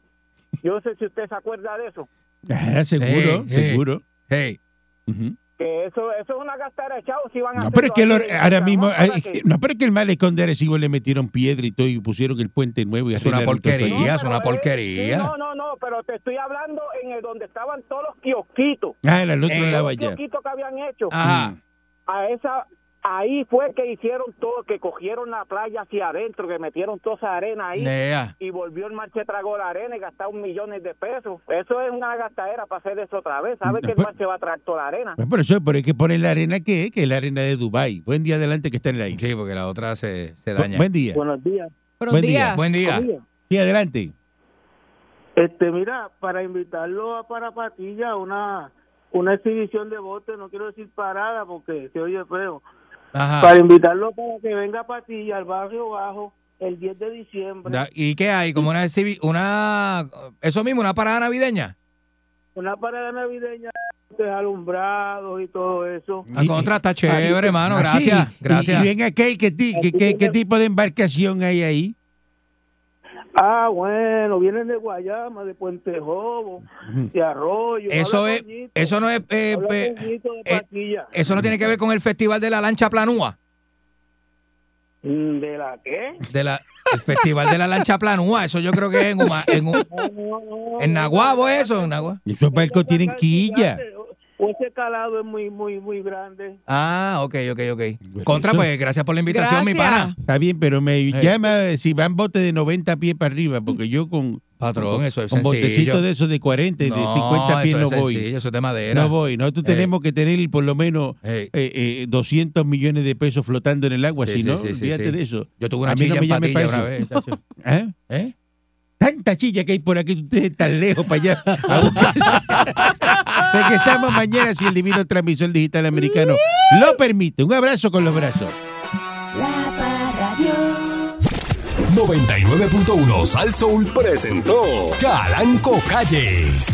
Speaker 9: Yo no sé si usted se acuerda de eso.
Speaker 3: Ah, seguro,
Speaker 4: Hey, hey,
Speaker 3: seguro.
Speaker 4: hey.
Speaker 3: Ujú.
Speaker 9: Que eso, eso es una gastera de chavos, si van
Speaker 3: No,
Speaker 9: a hacer
Speaker 3: pero es que
Speaker 9: eso
Speaker 3: lo-
Speaker 9: aquí en
Speaker 3: ahora
Speaker 9: San
Speaker 3: mismo.
Speaker 9: Juan,
Speaker 3: ay,
Speaker 9: para
Speaker 3: es
Speaker 9: que-
Speaker 3: que- no, pero es que el malecón de Arecibo le metieron piedra y todo y pusieron el puente nuevo. Y
Speaker 4: Es una
Speaker 3: arreglaron todo eso.
Speaker 4: porquería, es una
Speaker 9: Sí,
Speaker 4: porquería.
Speaker 9: no, no, no, pero te estoy hablando en el donde estaban todos los kiosquitos.
Speaker 3: Ah, era el otro
Speaker 9: Todos
Speaker 3: lado
Speaker 9: los
Speaker 3: allá.
Speaker 9: kiosquitos que habían hecho.
Speaker 4: Ajá.
Speaker 3: Mm.
Speaker 9: A esa, ahí fue que hicieron todo, que cogieron la playa hacia adentro, que metieron toda esa arena ahí.
Speaker 4: Nea.
Speaker 9: Y volvió el marche tragó la arena y gastaron millones de pesos. Eso es una gastadera para hacer eso otra vez. ¿Sabes que el marche va a traer toda la arena?
Speaker 3: Pues por eso, pero hay que poner la arena que es, que es la arena de Dubai. Buen día, adelante, que está en el aire.
Speaker 4: Sí, porque la otra se, se
Speaker 3: Bu-
Speaker 4: daña.
Speaker 3: Buen día.
Speaker 9: Buenos días.
Speaker 3: Buen día.
Speaker 4: Buen día.
Speaker 3: Sí, adelante.
Speaker 13: Este, mira, para invitarlo a Parapatilla a una, una exhibición de bote, no quiero decir parada porque se oye feo. Para invitarlo para que venga a Patilla al barrio bajo el 10 de diciembre.
Speaker 4: Da- ¿Y qué hay? Como una, exhibi- una. Eso mismo, una parada navideña.
Speaker 13: Una parada navideña, botes alumbrados y todo eso.
Speaker 4: La contra Ah, está chévere, hermano.
Speaker 3: Ah, sí.
Speaker 4: Gracias.
Speaker 3: Y-
Speaker 4: Gracias.
Speaker 3: Y, ven acá, ¿y qué, ti- qué- qué- qué tipo de embarcación hay ahí?
Speaker 13: Ah, bueno, vienen de Guayama, de Puente Jobo, de Arroyo.
Speaker 4: Eso
Speaker 13: Habla
Speaker 4: es-
Speaker 13: Toñito,
Speaker 4: eso no es, eh,
Speaker 13: habla
Speaker 3: Pues,
Speaker 4: eh,
Speaker 13: Toñito de
Speaker 4: eh,
Speaker 13: Patilla.
Speaker 4: Eso no tiene que ver con el festival de la lancha planúa.
Speaker 13: Mm, ¿De la qué?
Speaker 4: De la, el festival de la lancha planúa. Eso yo creo que es en, Uma- en, un- en Naguabo, eso. En Naguabo.
Speaker 3: Esos barcos tienen quilla.
Speaker 13: O ese calado es muy, muy, muy grande.
Speaker 4: Ah, ok, ok, ok. Contra, pues gracias por la invitación, mi pana.
Speaker 3: Está bien, pero me
Speaker 4: Eh.
Speaker 3: llama si van botes de 90 pies para arriba, porque yo con.
Speaker 4: Patrón, eso es
Speaker 3: Con
Speaker 4: sencillo.
Speaker 3: botecitos de esos de 40 y de
Speaker 4: No,
Speaker 3: 50 pies
Speaker 4: eso
Speaker 3: no
Speaker 4: es
Speaker 3: voy.
Speaker 4: sencillo, eso es de madera.
Speaker 3: No voy. Nosotros
Speaker 4: Eh.
Speaker 3: tenemos que tener por lo menos eh, eh, 200 millones de pesos flotando en el agua,
Speaker 4: Sí,
Speaker 3: Pues si
Speaker 4: sí,
Speaker 3: no,
Speaker 4: sí, sí,
Speaker 3: olvídate
Speaker 4: sí.
Speaker 3: de eso.
Speaker 4: Yo tuve una
Speaker 3: A mí
Speaker 4: chilla
Speaker 3: no me
Speaker 4: en
Speaker 3: llame
Speaker 4: patilla
Speaker 3: para
Speaker 4: una vez.
Speaker 3: eso.
Speaker 4: chacho.
Speaker 3: ¿Eh?
Speaker 4: ¿Eh?
Speaker 3: Tanta chilla que hay por aquí, ustedes están lejos para allá. a buscar. Regresamos mañana si el divino transmisor digital americano lo permite. Un abrazo con los brazos.
Speaker 5: La Parradio.
Speaker 6: 99.1 Sal Soul presentó Calanco Calle.